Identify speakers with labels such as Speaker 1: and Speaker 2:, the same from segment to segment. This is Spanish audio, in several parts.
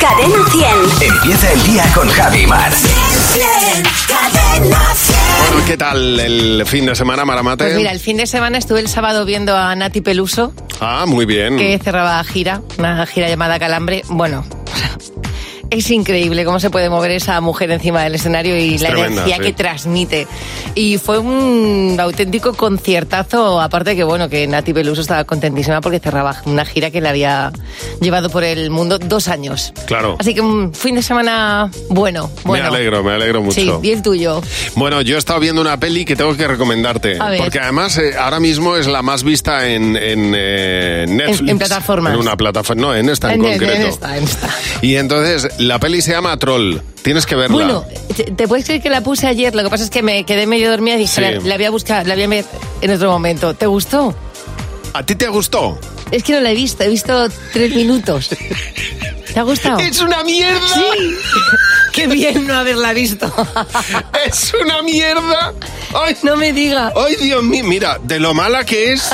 Speaker 1: Cadena 100.
Speaker 2: Empieza el día con Javi Mar.
Speaker 1: Cadena 100.
Speaker 3: Bueno, ¿qué tal el fin de semana, Maramate?
Speaker 4: Pues mira, el fin de semana estuve el sábado viendo a Nati Peluso,
Speaker 3: Ah, muy bien.
Speaker 4: que cerraba gira, una gira llamada Calambre. Bueno, es increíble cómo se puede mover esa mujer encima del escenario y la
Speaker 3: tremenda,
Speaker 4: energía
Speaker 3: sí.
Speaker 4: que transmite. Y fue un auténtico conciertazo, aparte que bueno, que Nati Peluso estaba contentísima porque cerraba una gira que le había llevado por el mundo dos años.
Speaker 3: Claro.
Speaker 4: Así que un fin de semana bueno, bueno.
Speaker 3: Oh. Me alegro, me alegro mucho.
Speaker 4: Sí, y el tuyo.
Speaker 3: Bueno, yo he estado viendo una peli que tengo que recomendarte.
Speaker 4: A ver.
Speaker 3: Porque además eh, ahora mismo es la más vista en, en, eh, Netflix.
Speaker 4: En- en plataformas.
Speaker 3: En una plataforma. No, en esta en,
Speaker 4: En- en- en
Speaker 3: concreto.
Speaker 4: esta, en esta.
Speaker 3: Y entonces la peli se llama Troll. Tienes que verla.
Speaker 4: Bueno, te, te puedes creer que la puse ayer, lo que pasa es que me quedé medio dormida y dije,
Speaker 3: Sí.
Speaker 4: la, la voy a buscar, la voy a ver en otro momento. ¿Te gustó?
Speaker 3: ¿A ti te gustó?
Speaker 4: Es que no la he visto, he visto tres minutos. ¿Te ha gustado?
Speaker 3: ¡Es una mierda!
Speaker 4: Sí. Qué bien no haberla visto.
Speaker 3: ¡Es una mierda! ¡Ay,
Speaker 4: No me diga.
Speaker 3: ay, Dios mío! Mira, de lo mala que es,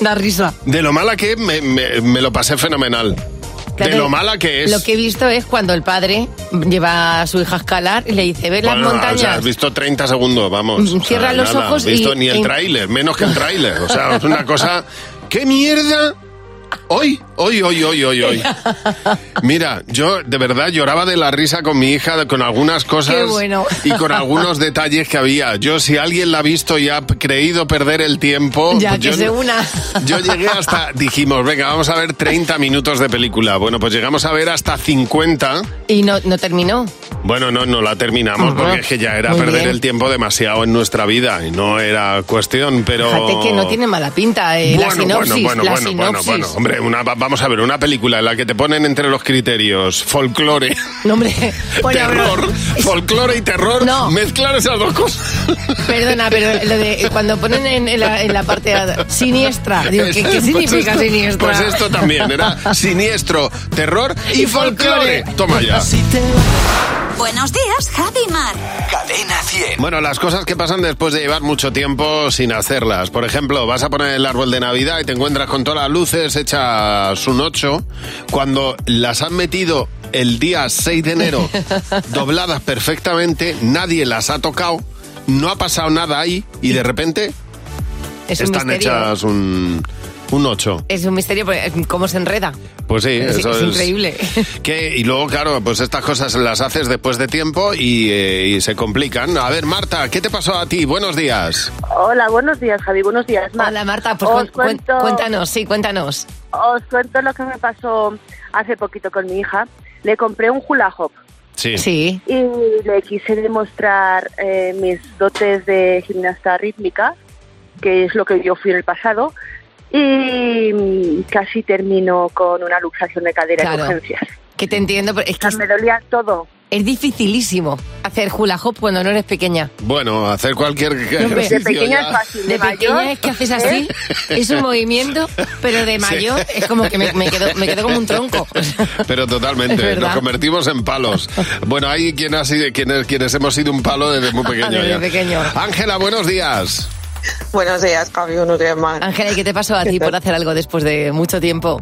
Speaker 4: Da risa.
Speaker 3: de lo mala que es, me, me- me lo pasé fenomenal. de
Speaker 4: Claro,
Speaker 3: lo mala que es.
Speaker 4: Lo que he visto es cuando el padre lleva a su hija a escalar y le dice, ve las
Speaker 3: Bueno,
Speaker 4: montañas.
Speaker 3: O sea, has visto 30 segundos, vamos.
Speaker 4: Mm,
Speaker 3: O
Speaker 4: cierra
Speaker 3: sea,
Speaker 4: los
Speaker 3: nada,
Speaker 4: ojos
Speaker 3: has visto
Speaker 4: y-
Speaker 3: ni el
Speaker 4: y-
Speaker 3: tráiler, menos que el tráiler. O sea, es una cosa... ¡Qué mierda! Hoy, hoy, hoy, hoy, hoy, hoy. Mira, yo de verdad lloraba de la risa con mi hija, con algunas cosas
Speaker 4: Qué bueno.
Speaker 3: y con algunos detalles que había. Yo, si alguien la ha visto y ha p- creído perder el tiempo...
Speaker 4: Ya,
Speaker 3: pues
Speaker 4: que
Speaker 3: yo,
Speaker 4: se una.
Speaker 3: Yo llegué hasta... Dijimos, venga, vamos a ver 30 minutos de película. Bueno, pues llegamos a ver hasta 50.
Speaker 4: Y no, no terminó.
Speaker 3: Bueno, no, no la terminamos
Speaker 4: Ajá.
Speaker 3: porque es que ya era
Speaker 4: Ah, Muy
Speaker 3: perder
Speaker 4: bien.
Speaker 3: el tiempo demasiado en nuestra vida y no era cuestión, pero...
Speaker 4: Fíjate que no tiene mala pinta eh, la sinopsis. la sinopsis.
Speaker 3: Hombre, una, va- vamos a ver, una película en la que te ponen entre los criterios folclore,
Speaker 4: No, hombre. Bueno, pero-
Speaker 3: terror, folclore y terror,
Speaker 4: No.
Speaker 3: mezclar esas dos cosas.
Speaker 4: Perdona, pero lo de eh, cuando ponen en, en la, en la parte a- siniestra, Ah, digo, ¿qué, qué
Speaker 3: Pues
Speaker 4: significa
Speaker 3: esto-
Speaker 4: siniestra?
Speaker 3: Pues esto también, era siniestro, terror y,
Speaker 4: Y folclore.
Speaker 3: folclore. Toma ya.
Speaker 1: Buenos días, Javi Mar.
Speaker 2: Cadena 100.
Speaker 3: Bueno, las cosas que pasan después de llevar mucho tiempo sin hacerlas. Por ejemplo, vas a poner el árbol de Navidad y te encuentras con todas las luces hechas un 8, cuando las han metido el día 6 de enero dobladas perfectamente, nadie las ha tocado, no ha pasado nada ahí y de repente
Speaker 4: es un
Speaker 3: están
Speaker 4: misterio.
Speaker 3: hechas un, un 8.
Speaker 4: Es un misterio porque, cómo se enreda.
Speaker 3: Pues sí,
Speaker 4: Es-
Speaker 3: eso
Speaker 4: es
Speaker 3: es,
Speaker 4: increíble.
Speaker 3: Que, y luego, claro, pues estas cosas las haces después de tiempo y, eh, y se complican. A ver, Marta, ¿qué te pasó a ti? Buenos días.
Speaker 5: Hola, buenos días, Javi. Buenos días, Mar.
Speaker 4: Hola Marta, pues
Speaker 5: os
Speaker 4: cuen- cuen-
Speaker 5: cuento,
Speaker 4: cuéntanos, sí, cuéntanos.
Speaker 5: Os cuento lo que me pasó hace poquito con mi hija. Le compré un hula hop
Speaker 4: Sí.
Speaker 5: y le quise demostrar eh, mis dotes de gimnasta rítmica, que es lo que yo fui en el pasado, y mm, casi terminó con una luxación de cadera
Speaker 4: Claro.
Speaker 5: en urgencias.
Speaker 4: Que te entiendo, pero es que
Speaker 5: O
Speaker 4: es,
Speaker 5: sea, me dolía todo.
Speaker 4: es dificilísimo hacer hula hoop cuando no eres pequeña.
Speaker 3: Bueno, hacer cualquier
Speaker 4: hombre,
Speaker 3: ejercicio
Speaker 5: De pequeña
Speaker 3: ya.
Speaker 5: es fácil, de,
Speaker 4: De pequeña
Speaker 5: mayor, ¿Eh?
Speaker 4: es que haces así, es un movimiento, pero de mayor es como que me, me quedo, me quedo como un tronco.
Speaker 3: Pero
Speaker 4: Es
Speaker 3: totalmente,
Speaker 4: verdad.
Speaker 3: nos convertimos en palos. Bueno, hay quien ha sido, quienes, quienes hemos sido un palo desde muy pequeño.
Speaker 4: Desde
Speaker 3: ya.
Speaker 4: pequeño.
Speaker 3: Ángela, buenos días.
Speaker 6: Buenos días, Javi, buenos días, Mar.
Speaker 4: Ángela, ¿y qué te pasó a ti por hacer algo después de mucho tiempo?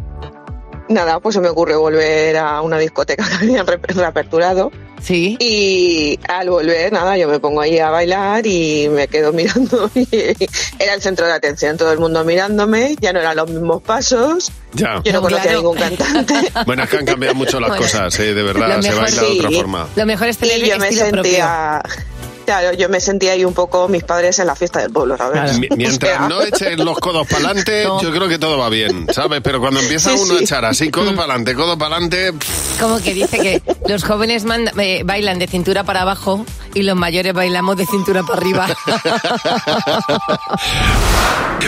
Speaker 6: Nada, pues se me ocurrió volver a una discoteca que habían re- reaperturado
Speaker 4: Sí.
Speaker 6: y al volver, nada, yo me pongo ahí a bailar y me quedo mirando. y era el centro de atención, todo el mundo mirándome, ya no eran los mismos pasos,
Speaker 3: Ya.
Speaker 6: yo no,
Speaker 4: No,
Speaker 6: conocía
Speaker 4: claro.
Speaker 6: a ningún cantante.
Speaker 3: Ah. Bueno, es que han cambiado mucho las
Speaker 4: Bueno,
Speaker 3: cosas, ¿eh? de verdad,
Speaker 4: lo
Speaker 3: se
Speaker 4: mejor
Speaker 3: baila de
Speaker 6: sí.
Speaker 3: otra forma.
Speaker 4: Lo mejor es tener
Speaker 6: y yo me
Speaker 4: estilo propio.
Speaker 6: sentía... Claro, yo me sentía ahí un poco mis padres en la fiesta del pueblo, ¿sabes?
Speaker 4: Claro.
Speaker 3: Mi- Mientras no eches los codos para adelante,
Speaker 4: No.
Speaker 3: yo creo que todo va bien, ¿sabes? Pero cuando empieza
Speaker 6: Sí,
Speaker 3: uno a
Speaker 6: sí.
Speaker 3: echar así,
Speaker 4: Mm.
Speaker 3: codo para adelante, codo para adelante,
Speaker 4: Como que dice que los jóvenes manda- eh, bailan de cintura para abajo y los mayores bailamos de cintura para arriba.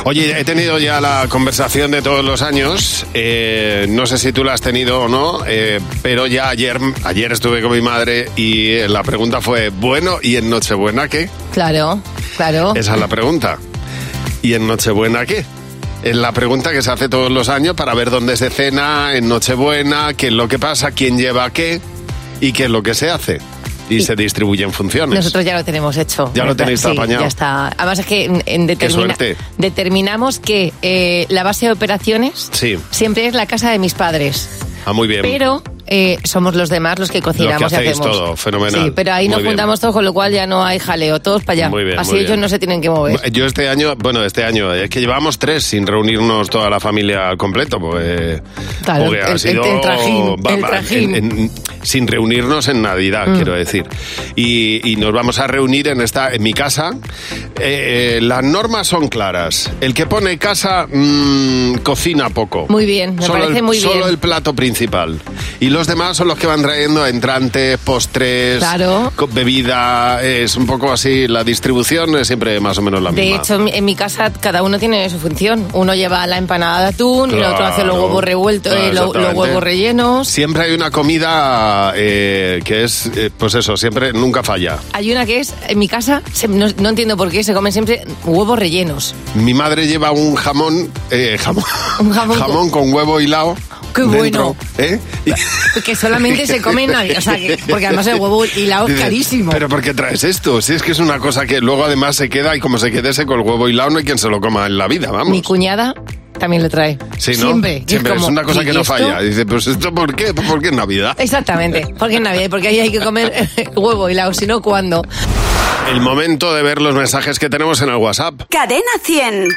Speaker 3: Oye, he tenido ya la conversación de todos los años. eh, no sé si tú la has tenido o no, eh, pero ya ayer, ayer estuve con mi madre y eh, la pregunta fue, bueno, ¿y en Nochebuena qué?
Speaker 4: claro, claro.
Speaker 3: Esa es la pregunta. ¿Y en Nochebuena qué? Es la pregunta que se hace todos los años para ver dónde se cena, en Nochebuena, qué es lo que pasa, quién lleva qué y qué es lo que se hace. Y, se distribuyen funciones.
Speaker 4: Nosotros ya lo tenemos hecho.
Speaker 3: Ya lo tenéis
Speaker 4: Sí,
Speaker 3: apañado.
Speaker 4: Ya está. Además es que en- en
Speaker 3: Qué
Speaker 4: determina-
Speaker 3: suerte.
Speaker 4: determinamos que eh, la base de operaciones
Speaker 3: Sí.
Speaker 4: siempre es la casa de mis padres.
Speaker 3: Ah, muy bien.
Speaker 4: Pero eh, somos los demás los que cocinamos
Speaker 3: Lo que
Speaker 4: y
Speaker 3: hacéis
Speaker 4: hacemos.
Speaker 3: todo, fenomenal.
Speaker 4: Sí, pero ahí
Speaker 3: Muy
Speaker 4: nos
Speaker 3: bien.
Speaker 4: juntamos todos, con lo cual ya no hay jaleo, todos para allá.
Speaker 3: Muy bien,
Speaker 4: Así
Speaker 3: muy
Speaker 4: ellos
Speaker 3: bien.
Speaker 4: no ¿eh? se tienen que mover.
Speaker 3: Yo este año, bueno, este año, es que llevamos tres sin reunirnos toda la familia al completo, pues.
Speaker 4: Claro,
Speaker 3: porque
Speaker 4: el-
Speaker 3: ha
Speaker 4: el-
Speaker 3: sido.
Speaker 4: el trajín,
Speaker 3: va-
Speaker 4: el
Speaker 3: va-
Speaker 4: trajín. Mm.
Speaker 3: en- en- sin reunirnos en Navidad, quiero decir. Y, y nos vamos a reunir en esta, en mi casa. Eh, eh, las normas son claras. El que pone casa mm, cocina poco.
Speaker 4: Muy bien, me
Speaker 3: solo
Speaker 4: parece
Speaker 3: el,
Speaker 4: muy
Speaker 3: solo
Speaker 4: bien.
Speaker 3: el plato principal. Y los demás son los que van trayendo entrantes, postres,
Speaker 4: Claro.
Speaker 3: co- bebida. Es un poco así. La distribución es siempre más o menos la
Speaker 4: De
Speaker 3: misma.
Speaker 4: hecho, en mi- en mi casa cada uno tiene su función. Uno lleva la empanada de atún, el otro hace los
Speaker 3: Claro,
Speaker 4: huevos revueltos,
Speaker 3: claro,
Speaker 4: eh, lo- los
Speaker 3: exactamente.
Speaker 4: huevos rellenos.
Speaker 3: Siempre hay una comida eh, que es, eh, pues eso, siempre nunca falla.
Speaker 4: Hay una que es, en mi casa, se- no, no entiendo por qué, se comen siempre huevos rellenos.
Speaker 3: Mi madre lleva un jamón, eh, jamón,
Speaker 4: Un jamón con-
Speaker 3: con huevo hilado.
Speaker 4: Qué
Speaker 3: dentro,
Speaker 4: bueno.
Speaker 3: ¿eh? Y-
Speaker 4: Que solamente se comen en Navidad. O sea, que- porque además el huevo hilado es
Speaker 3: Dice,
Speaker 4: Ah, carísimo.
Speaker 3: Pero ¿por qué traes esto? Si es que es una cosa que luego además se queda y como se quede seco el huevo hilado no hay quien se lo coma en la vida, vamos.
Speaker 4: Mi cuñada también lo trae.
Speaker 3: Sí, ¿no?
Speaker 4: Siempre. Y es
Speaker 3: Siempre, es,
Speaker 4: como,
Speaker 3: una cosa
Speaker 4: ¿y
Speaker 3: que no
Speaker 4: esto?
Speaker 3: falla. Dice, pues esto ¿por qué? Pues porque es Navidad.
Speaker 4: Exactamente, porque en Navidad, porque ahí hay que comer huevo hilado, si no, ¿cuándo?
Speaker 3: El momento de ver los mensajes que tenemos en el WhatsApp.
Speaker 7: Cadena 100.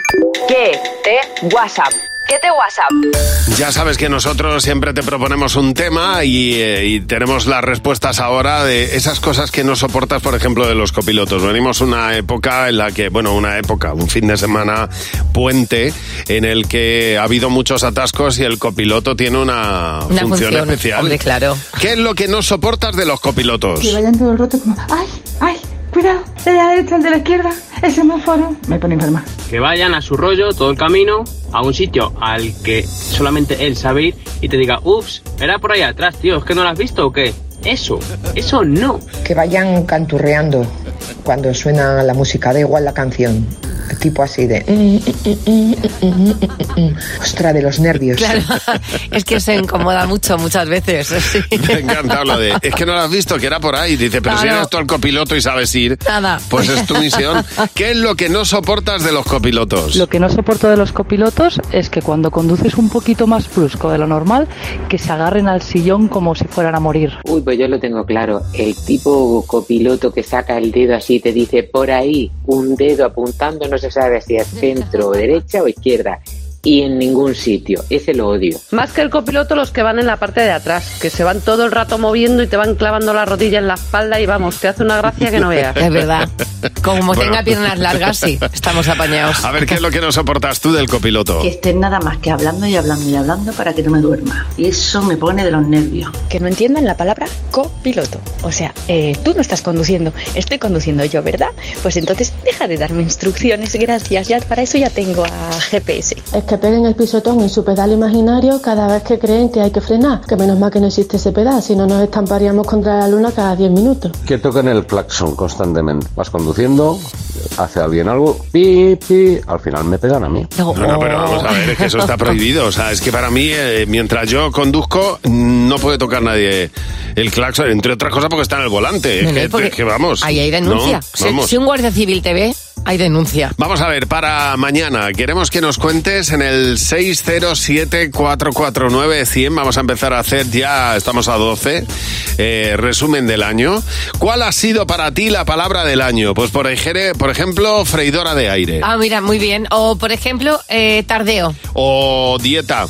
Speaker 1: ¿Qué te WhatsApp? ¿Qué te WhatsApp?
Speaker 3: Ya sabes que nosotros siempre te proponemos un tema y, eh, y tenemos las respuestas ahora de esas cosas que no soportas, por ejemplo, de los copilotos. Venimos una época en la que, bueno, una época, un fin de semana puente en el que ha habido muchos atascos y el copiloto tiene una,
Speaker 4: Una
Speaker 3: función,
Speaker 4: función,
Speaker 3: especial.
Speaker 4: hombre, claro.
Speaker 3: ¿Qué es lo que no soportas de los copilotos?
Speaker 8: Que vayan todo el rato como, ay, ay, cuidado, el de la derecha, el de la izquierda, el semáforo. Me pone enferma.
Speaker 9: que vayan a su rollo todo el camino a un sitio al que solamente él sabe ir y te diga, ups, era por ahí atrás, tío, ¿es que no lo has visto o qué? Eso, eso no.
Speaker 10: Que vayan canturreando cuando suena la música, da igual la canción. Tipo así de... mm, Ostra, mm, de los nervios.
Speaker 4: Claro, es que se incomoda mucho muchas veces. sí.
Speaker 3: Me encanta lo de, es que no lo has visto, que era por ahí. Dice, pero si
Speaker 4: Claro.
Speaker 3: eres tú el copiloto y sabes ir,
Speaker 4: Nada.
Speaker 3: pues es tu misión. ¿Qué es lo que no soportas de los
Speaker 4: Pues
Speaker 3: copilotos?
Speaker 11: Lo que no soporto de los copilotos es que cuando conduces un poquito más brusco de lo normal, que se agarren al sillón como si fueran a morir.
Speaker 12: Uy, pues yo lo tengo claro. El tipo copiloto que saca el dedo así y te dice por ahí, un dedo apuntando, no se sabe si es centro, derecha o izquierda. Y en ningún sitio. Ese lo odio.
Speaker 13: Más que el copiloto, los que van en la parte de atrás, que se van todo el rato moviendo y te van clavando la rodilla en la espalda y vamos, te hace una gracia que no veas.
Speaker 4: Es verdad. Como
Speaker 3: Bueno.
Speaker 4: tenga piernas largas, sí, estamos apañados.
Speaker 3: A ver, ¿qué es lo que no soportas tú del copiloto?
Speaker 4: Oh.
Speaker 14: Que estén nada más que hablando y hablando y hablando para que no me duerma. Y eso me pone de los nervios.
Speaker 15: que no entiendan la palabra copiloto. O sea, eh, tú no estás conduciendo, estoy conduciendo yo, ¿verdad? Pues entonces deja de darme instrucciones, gracias. Ya para eso ya tengo a GPS.
Speaker 16: Es que peguen el pisotón en su pedal imaginario cada vez que creen que hay que frenar. Que menos mal que no existe ese pedal, si no nos estamparíamos contra la luna cada 10 minutos.
Speaker 5: Que toquen el claxon constantemente. Vas conduciendo, hace alguien algo, pi, pi, al final me pegan a mí.
Speaker 3: No, no, pero vamos a ver, es que eso está prohibido. O sea, es que para mí, eh, mientras yo conduzco, no puede tocar nadie el claxon, entre otras cosas porque está en el volante. Es,
Speaker 4: No, no,
Speaker 3: que,
Speaker 4: porque
Speaker 3: es que vamos.
Speaker 4: Ahí hay denuncia.
Speaker 3: No,
Speaker 4: Si-
Speaker 3: vamos.
Speaker 4: si un guardia civil te ve, hay denuncia.
Speaker 3: Vamos a ver, para mañana queremos que nos cuentes en el 607-449-100. Vamos a empezar a hacer ya, estamos a 12, eh, resumen del año. ¿Cuál ha sido para ti la palabra del año? Pues por, ejere- por ejemplo, freidora de aire.
Speaker 4: Ah, mira, muy bien. O, por ejemplo, eh, tardeo.
Speaker 3: O dieta.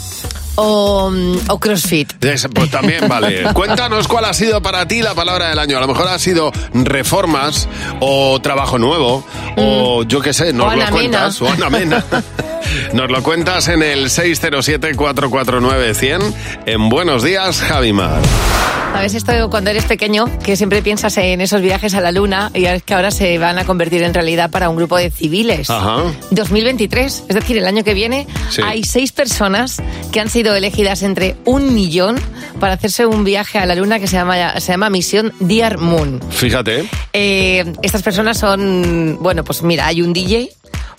Speaker 4: O, mm, o crossfit.
Speaker 3: Es- Pues también vale. Cuéntanos cuál ha sido para ti la palabra del año. A lo mejor ha sido reformas o trabajo nuevo o yo qué sé,
Speaker 4: Mm. O
Speaker 3: nos
Speaker 4: Ana
Speaker 3: lo
Speaker 4: Mena.
Speaker 3: cuentas. O Ana Mena. Nos lo cuentas en el 607-449-100 en Buenos Días, Javimar.
Speaker 4: ¿Sabes esto cuando eres pequeño? Que siempre piensas en esos viajes a la luna y es que ahora se van a convertir en realidad para un grupo de civiles.
Speaker 3: Ajá.
Speaker 4: 2023, es decir, el año que viene,
Speaker 3: Sí.
Speaker 4: hay seis personas que han sido elegidas entre un millón para hacerse un viaje a la luna que se llama, se llama Misión Dear Moon.
Speaker 3: Fíjate.
Speaker 4: Eh, estas personas son, bueno, pues mira, hay un DJ,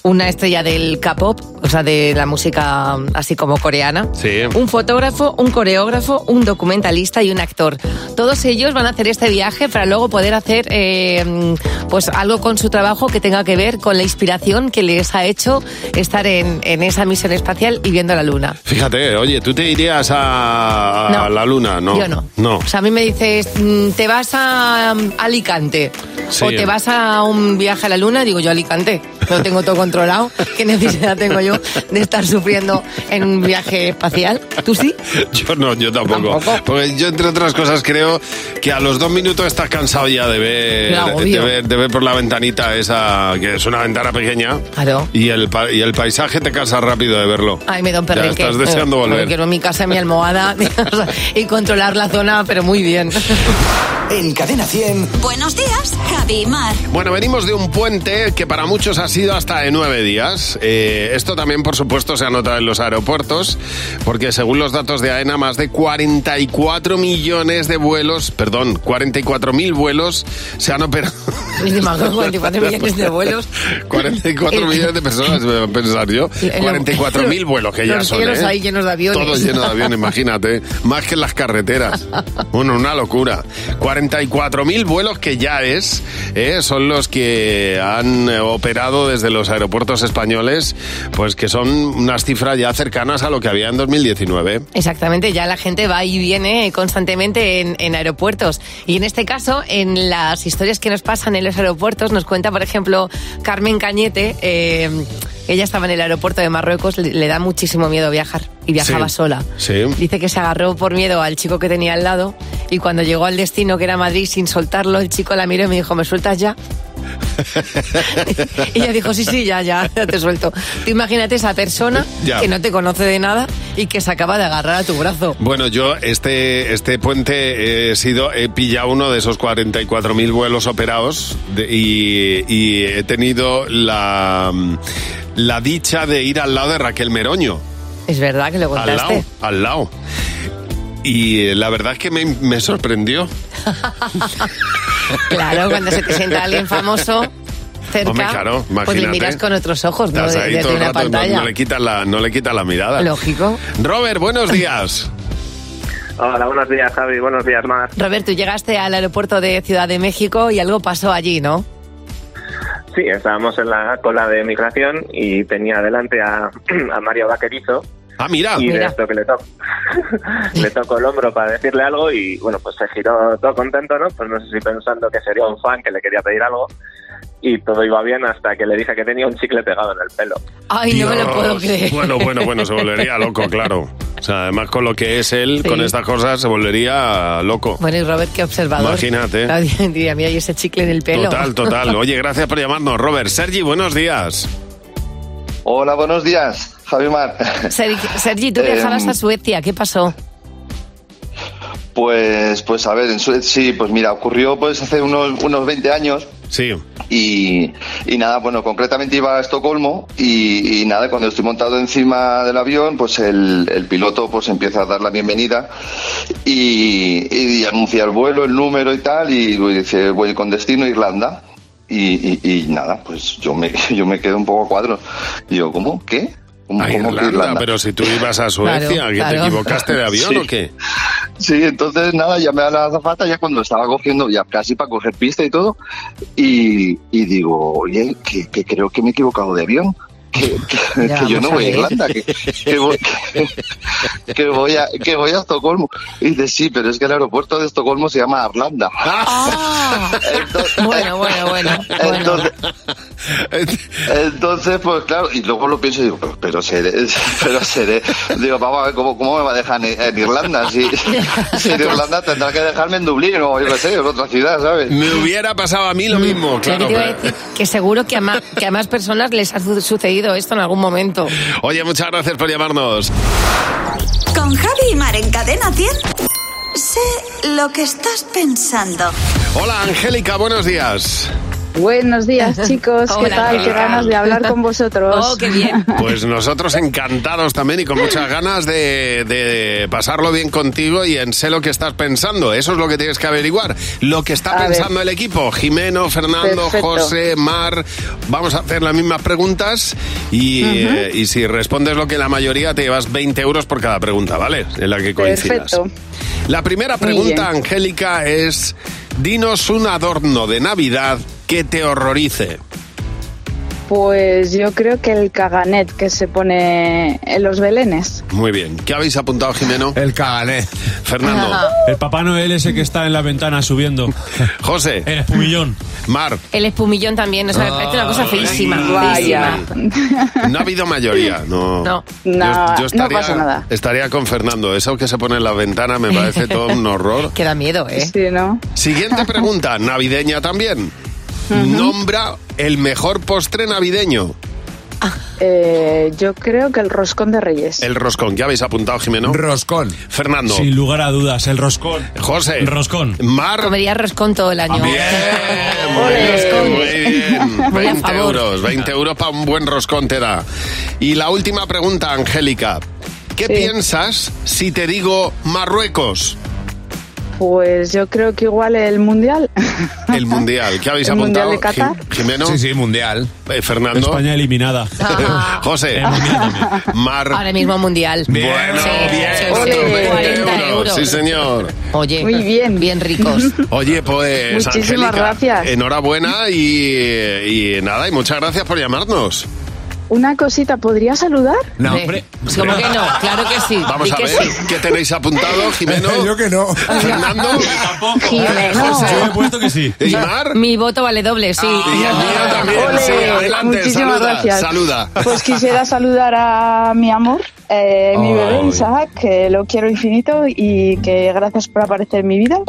Speaker 4: una estrella del K-pop, o sea, de la música mm, así como coreana,
Speaker 3: Sí.
Speaker 4: un fotógrafo, un coreógrafo, un documentalista y un actor. Todos ellos van a hacer este viaje para luego poder hacer eh, pues algo con su trabajo que tenga que ver con la inspiración que les ha hecho estar en, en esa misión espacial y viendo la luna.
Speaker 3: Fíjate, oye, ¿tú te irías a,
Speaker 4: No.
Speaker 3: a la luna? No.
Speaker 4: Yo no.
Speaker 3: No.
Speaker 4: O sea, a mí me dices, mm, te vas a mm, Alicante
Speaker 3: Sí.
Speaker 4: o te vas a un viaje a la luna, digo yo Alicante, lo tengo todo controlado, ¿qué necesidad tengo yo de estar sufriendo en un viaje espacial? ¿Tú sí?
Speaker 3: Yo no, yo tampoco. Porque yo, entre otras cosas, creo que a los dos minutos estás cansado ya de
Speaker 4: Me
Speaker 3: ver,
Speaker 4: agobio.
Speaker 3: de ver, de ver por la ventanita esa, que es una ventana pequeña.
Speaker 4: Claro.
Speaker 3: Y el, pa- y el paisaje te cansa rápido de verlo.
Speaker 4: Ay, me da un
Speaker 3: Ya
Speaker 4: perrenque.
Speaker 3: estás deseando
Speaker 4: Eh,
Speaker 3: volver.
Speaker 4: me Quiero en mi casa, mi almohada o sea, y controlar la zona, pero muy bien.
Speaker 2: En Cadena 100.
Speaker 1: Buenos días, Javi y Mar.
Speaker 3: Bueno, venimos de un puente que para muchos ha sido hasta de nueve días. Eh, esto también, por supuesto, se anota en los aeropuertos, porque según los datos de AENA, más de 44 millones de vuelos, perdón, 44 mil vuelos se han operado.
Speaker 4: Me imagino 44 millones de vuelos.
Speaker 3: 44 millones de personas, me voy a pensar yo. 44 mil vuelos que ya
Speaker 4: Los
Speaker 3: son.
Speaker 4: cielos
Speaker 3: ¿eh?
Speaker 4: ahí llenos de aviones.
Speaker 3: Todo lleno de aviones, imagínate. Más que en las carreteras. Bueno, una locura. 44.000 vuelos que ya es, ¿eh? son los que han eh, operado desde los aeropuertos españoles, pues que son unas cifras ya cercanas a lo que había en 2019.
Speaker 4: Exactamente, ya la gente va y viene constantemente en, en aeropuertos. Y en este caso, en las historias que nos pasan en los aeropuertos, nos cuenta, por ejemplo, Carmen Cañete, eh, ella estaba en el aeropuerto de Marruecos, le, le da muchísimo miedo viajar y viajaba
Speaker 3: Sí.
Speaker 4: sola.
Speaker 3: Sí.
Speaker 4: Dice que se agarró por miedo al chico que tenía al lado y cuando llegó al destino, que era Madrid, sin soltarlo, el chico la miró y me dijo, ¿me sueltas ya? Y ella dijo, sí, sí, ya, ya, ya te suelto. Tú imagínate esa persona
Speaker 3: Ya.
Speaker 4: que no te conoce de nada y que se acaba de agarrar a tu brazo.
Speaker 3: Bueno, yo este, este puente he sido, he pillado uno de esos 44.000 vuelos operados de- y, y he tenido la, la dicha de ir al lado de Raquel Meroño.
Speaker 4: Es verdad que lo
Speaker 3: Al lado,
Speaker 4: contaste.
Speaker 3: al lado. Y eh, la verdad es que me, me sorprendió.
Speaker 4: Claro, cuando se te sienta alguien famoso cerca,
Speaker 3: Hombre, claro,
Speaker 4: pues le
Speaker 3: imagínate.
Speaker 4: miras con otros ojos, Pues ¿no?
Speaker 3: Estás
Speaker 4: De-
Speaker 3: ahí
Speaker 4: Desde
Speaker 3: todo el
Speaker 4: una
Speaker 3: rato, no-
Speaker 4: pantalla.
Speaker 3: no, le quitas la, no le quitas la mirada.
Speaker 4: Lógico.
Speaker 3: Robert, buenos días.
Speaker 11: Hola, buenos días, Javi. Buenos días, Mar.
Speaker 4: Robert, tú llegaste al aeropuerto de Ciudad de México y algo pasó allí, ¿no?
Speaker 11: Sí, estábamos en la cola de migración y tenía delante a, a Mario Vaquerizo.
Speaker 3: Ah, mira.
Speaker 11: Y de
Speaker 3: Mira.
Speaker 11: esto que le tocó. le tocó el hombro para decirle algo y, bueno, pues se giró todo contento, ¿no? Pues no sé si pensando que sería un fan que le quería pedir algo. Y todo iba bien hasta que le dije que tenía un chicle pegado en el pelo.
Speaker 4: Ay, no me lo puedo creer.
Speaker 3: Bueno, bueno, bueno, se volvería loco, claro. O sea, además con lo que es él,
Speaker 4: Sí.
Speaker 3: con estas cosas, se volvería loco.
Speaker 4: Bueno, y Robert, qué observador.
Speaker 3: Imagínate.
Speaker 4: Claro, diría, mira, y ese chicle en el pelo.
Speaker 3: Total, total. Oye, gracias por llamarnos, Robert. Sergi, buenos días.
Speaker 17: Hola, buenos días, Javi Mar.
Speaker 4: Sergi, Sergi, tú viajabas
Speaker 17: Em,
Speaker 4: a
Speaker 3: Eh,
Speaker 4: Suecia, ¿qué pasó?
Speaker 17: Pues, pues a ver, en Suecia, sí, pues mira, ocurrió pues hace unos, unos 20 años.
Speaker 3: Sí.
Speaker 17: Y, y nada, bueno, concretamente iba a Estocolmo y, y nada, cuando estoy montado encima del avión, pues el, el piloto pues empieza a dar la bienvenida y, y anuncia el vuelo, el número y tal, y dice, voy con destino a Irlanda. Y, y- y nada, pues yo me, yo me quedo un poco a cuadro. Y yo, ¿cómo? ¿Qué? ¿Cómo,
Speaker 3: A
Speaker 17: cómo que
Speaker 3: Irlanda, pero si tú ibas a Suecia,
Speaker 17: Claro,
Speaker 3: ¿que
Speaker 17: claro.
Speaker 3: te equivocaste de avión
Speaker 17: Sí.
Speaker 3: o qué?
Speaker 17: Sí, entonces nada, llamé a la azafata ya cuando estaba cogiendo, ya casi para coger pista y todo, y, y digo, oye, que, que creo que me he equivocado de avión, que, que-
Speaker 15: Ya,
Speaker 17: que yo
Speaker 15: vamos
Speaker 17: no
Speaker 15: a
Speaker 17: voy a
Speaker 15: ver.
Speaker 17: Irlanda, que, que voy, que, que voy a, que voy a Estocolmo. Y dice, sí, pero es que el aeropuerto de Estocolmo se llama Arlanda.
Speaker 15: Ah,
Speaker 4: Ah. bueno, bueno, bueno.
Speaker 17: Entonces, entonces, pues claro, y luego lo pienso y digo, pero, pero seré, pero seré, digo, vamos a ver, ¿cómo, cómo me va a dejar en, en Irlanda? Si, si en Irlanda tendrá que dejarme en Dublín o yo qué sé, en otra ciudad, ¿sabes?
Speaker 3: Me hubiera pasado a mí lo mismo, claro.
Speaker 4: Te iba a
Speaker 3: pero-
Speaker 4: decir que seguro que a, ma- que a más personas les ha su- sucedido esto en algún momento.
Speaker 3: Oye, muchas gracias por llamarnos.
Speaker 1: Con Javi y Mar en Cadena 100. Sé lo que estás pensando.
Speaker 3: Hola, Angélica, buenos días.
Speaker 15: Buenos días, chicos. ¿Qué
Speaker 4: Hola,
Speaker 15: tal?
Speaker 3: ¿qué
Speaker 15: Qué
Speaker 3: tal?
Speaker 15: ganas de hablar con vosotros.
Speaker 4: Oh, qué bien.
Speaker 3: Pues nosotros encantados también y con muchas ganas de, de pasarlo bien contigo y en sé lo que estás pensando. Eso es lo que tienes que averiguar. Lo que está
Speaker 15: A ver.
Speaker 3: pensando el equipo. Jimeno, Fernando,
Speaker 15: Perfecto.
Speaker 3: José, Mar. Vamos a hacer las mismas preguntas y, eh, y si respondes lo que la mayoría te llevas 20 euros por cada pregunta, ¿vale? En la que coincidas.
Speaker 15: Perfecto.
Speaker 3: La primera
Speaker 15: Muy
Speaker 3: pregunta,
Speaker 15: bien.
Speaker 3: Angélica, es: dinos un adorno de Navidad que te horrorice.
Speaker 15: Pues yo creo que el caganet que se pone en los belenes.
Speaker 3: Muy bien. ¿Qué habéis apuntado, Jimeno?
Speaker 12: El cagané.
Speaker 3: Fernando.
Speaker 18: El Papá Noel ese que está en la ventana subiendo.
Speaker 3: José.
Speaker 18: El espumillón.
Speaker 3: Mar.
Speaker 4: El espumillón también, o sea, me parece una cosa feísima.
Speaker 3: Vaya.
Speaker 4: feísima.
Speaker 3: No ha habido mayoría, no.
Speaker 4: No.
Speaker 15: No, no pasa nada.
Speaker 3: Estaría con Fernando. Eso que se pone en la ventana me parece todo un horror.
Speaker 4: Que da miedo, ¿eh?
Speaker 15: Sí, ¿no?
Speaker 3: Siguiente pregunta, navideña también. Nombra el mejor postre navideño.
Speaker 15: Eh, yo creo que el roscón de Reyes.
Speaker 3: El roscón. ¿Qué habéis apuntado, Jimeno? Roscón. Fernando.
Speaker 18: Sin lugar a dudas, el roscón.
Speaker 3: José.
Speaker 18: Roscón.
Speaker 3: Mar.
Speaker 4: Comería roscón todo el año.
Speaker 3: Muy bien.
Speaker 4: Voy a
Speaker 3: 20
Speaker 4: favor.
Speaker 3: euros. 20 euros para un buen roscón te da. Y la última pregunta, Angélica. ¿Qué piensas si te digo Marruecos?
Speaker 15: Pues yo creo que igual el mundial.
Speaker 3: El mundial. ¿Qué habéis
Speaker 15: El
Speaker 3: apuntado?
Speaker 15: Mundial de Qatar.
Speaker 3: Jim- Jimeno. Sí, sí, mundial. Eh, Fernando.
Speaker 18: España eliminada.
Speaker 3: José. Mar.
Speaker 4: Ahora mismo mundial.
Speaker 3: Bueno, bien.
Speaker 4: Ole.
Speaker 3: 20
Speaker 4: 40 euros.
Speaker 3: Oh, Sí, señor.
Speaker 4: Oye, muy bien. Bien ricos.
Speaker 3: Oye, pues
Speaker 4: Muchísimas
Speaker 3: Angélica,
Speaker 4: gracias.
Speaker 3: enhorabuena y, y nada, y muchas gracias por llamarnos.
Speaker 15: Una cosita, ¿podría saludar?
Speaker 3: No, hombre.
Speaker 4: ¿Cómo que no? Claro que sí.
Speaker 3: Vamos
Speaker 4: Di
Speaker 3: a
Speaker 4: que
Speaker 3: ver,
Speaker 4: sí.
Speaker 3: ¿qué tenéis apuntado, Jimeno? Yo que no. Fernando.
Speaker 4: Jimeno.
Speaker 3: he puesto que sí. ¿Y Mar?
Speaker 4: Mi voto vale doble, sí.
Speaker 3: Ah, también, sí, adelante,
Speaker 15: Muchísimas
Speaker 3: saluda,
Speaker 15: gracias.
Speaker 3: saluda.
Speaker 15: Pues quisiera saludar a mi amor, eh, mi bebé Isaac, que lo quiero infinito y que gracias por aparecer en mi vida.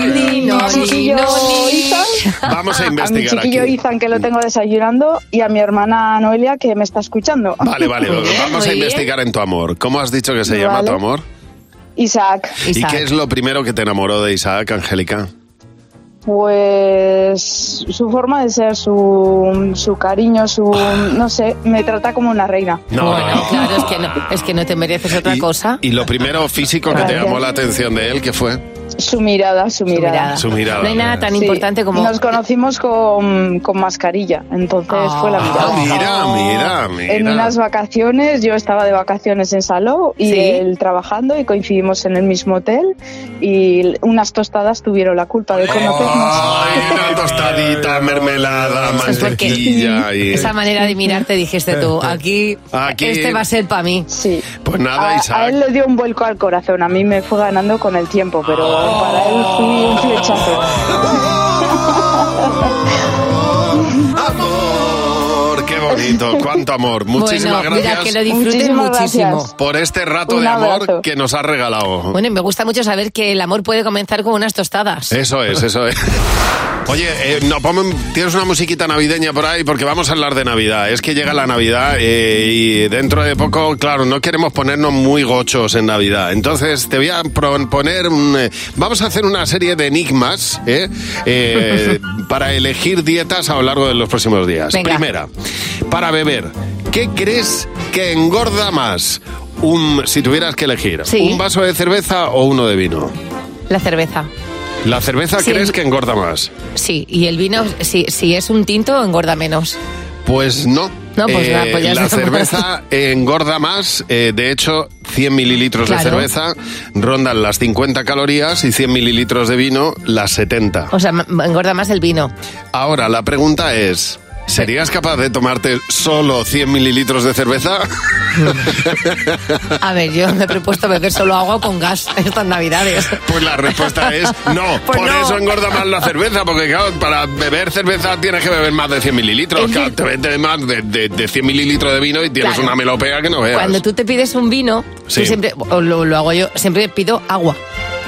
Speaker 4: Nino,
Speaker 15: Mi chiquillo
Speaker 4: Nino, Nino.
Speaker 15: Ethan.
Speaker 3: Vamos a
Speaker 15: A mi
Speaker 3: investigar aquí.
Speaker 15: chiquillo Izan, que lo tengo desayunando, y a mi hermana Noelia, que me está escuchando.
Speaker 3: Vale, vale, vamos a
Speaker 15: Muy bien.
Speaker 3: investigar en tu amor. ¿Cómo has dicho que se llama
Speaker 15: Vale.
Speaker 3: tu amor?
Speaker 15: Isaac.
Speaker 3: ¿Y qué es lo primero que te enamoró de Isaac, Angélica?
Speaker 15: Pues su forma de ser, su, su cariño, su... no sé, me trata como una reina.
Speaker 3: No, no, no.
Speaker 4: Claro, es que no, es que no te mereces otra cosa.
Speaker 3: Y lo primero físico que te
Speaker 15: Gracias.
Speaker 3: llamó la atención de él, ¿qué fue?
Speaker 15: Su mirada, su mirada.
Speaker 3: Su mirada.
Speaker 4: No hay nada tan
Speaker 15: Sí,
Speaker 4: importante como...
Speaker 15: Nos conocimos con, con mascarilla, entonces fue
Speaker 4: Ah.
Speaker 15: la
Speaker 3: Ah.
Speaker 15: mirada.
Speaker 3: Mira, mira, mira.
Speaker 15: En unas vacaciones, yo estaba de vacaciones en Saló y
Speaker 4: Sí.
Speaker 15: él trabajando y coincidimos en el mismo hotel y l- unas tostadas tuvieron la culpa de conocernos.
Speaker 3: Ay, una tostadita, mermelada,
Speaker 4: Pues porque
Speaker 3: mantequilla y...
Speaker 4: esa manera de mirarte dijiste tú, aquí,
Speaker 3: Aquí.
Speaker 4: este va a ser para mí.
Speaker 15: Sí.
Speaker 3: Pues
Speaker 15: A,
Speaker 3: nada,
Speaker 15: a él
Speaker 3: Isaac.
Speaker 15: le dio un vuelco al corazón, a mí me fue ganando con el tiempo, pero
Speaker 3: Ah.
Speaker 15: para él fui un flechazo.
Speaker 3: Amor, qué bonito, cuánto amor. Muchísimas
Speaker 4: bueno,
Speaker 3: gracias.
Speaker 4: mira, que lo disfruten
Speaker 15: Muchísimas
Speaker 4: muchísimo.
Speaker 15: gracias.
Speaker 3: Por este rato
Speaker 4: Un
Speaker 3: de amor
Speaker 4: abrazo.
Speaker 3: que nos has regalado.
Speaker 4: Bueno, y me gusta mucho saber que el amor puede comenzar con unas tostadas.
Speaker 3: Eso es, eso es. Oye, eh, no, ponme- tienes una musiquita navideña por ahí porque vamos a hablar de Navidad. Es que llega la Navidad eh, y dentro de poco, claro, no queremos ponernos muy gochos en Navidad. Entonces te voy a proponer, un, eh, vamos a hacer una serie de enigmas ¿eh? Eh, para elegir dietas a lo largo de los próximos días.
Speaker 19: Venga.
Speaker 3: Primera, para beber, ¿qué crees que engorda más? Un, si tuvieras que elegir,
Speaker 4: Sí.
Speaker 3: ¿un vaso de cerveza o uno de vino?
Speaker 4: La cerveza.
Speaker 3: ¿La cerveza
Speaker 4: Sí.
Speaker 3: crees que engorda más?
Speaker 4: Sí, y el vino, si, si es un tinto, engorda menos.
Speaker 3: Pues no. Eh,
Speaker 4: No, pues nada, pues ya
Speaker 3: la
Speaker 4: está.
Speaker 3: cerveza engorda más, eh, de hecho, 100 mililitros de
Speaker 4: Claro.
Speaker 3: cerveza rondan las 50 calorías y 100 mililitros de vino las 70.
Speaker 4: O sea, m- engorda más el vino.
Speaker 3: Ahora, la pregunta es, ¿serías capaz de tomarte solo 100 mililitros de cerveza?
Speaker 4: A ver, yo me he propuesto beber solo agua con gas estas navidades.
Speaker 3: Pues la respuesta es no.
Speaker 4: Pues
Speaker 3: Por
Speaker 4: no.
Speaker 3: eso engorda más la cerveza, porque claro, para beber cerveza tienes que beber más de 100 mililitros. Claro, te metes más de, de- de 100 mililitros de vino y tienes
Speaker 4: Claro.
Speaker 3: una melopea que no veas.
Speaker 4: Cuando tú te pides un vino, tú
Speaker 3: Sí.
Speaker 4: siempre, o lo, lo hago yo, siempre pido agua.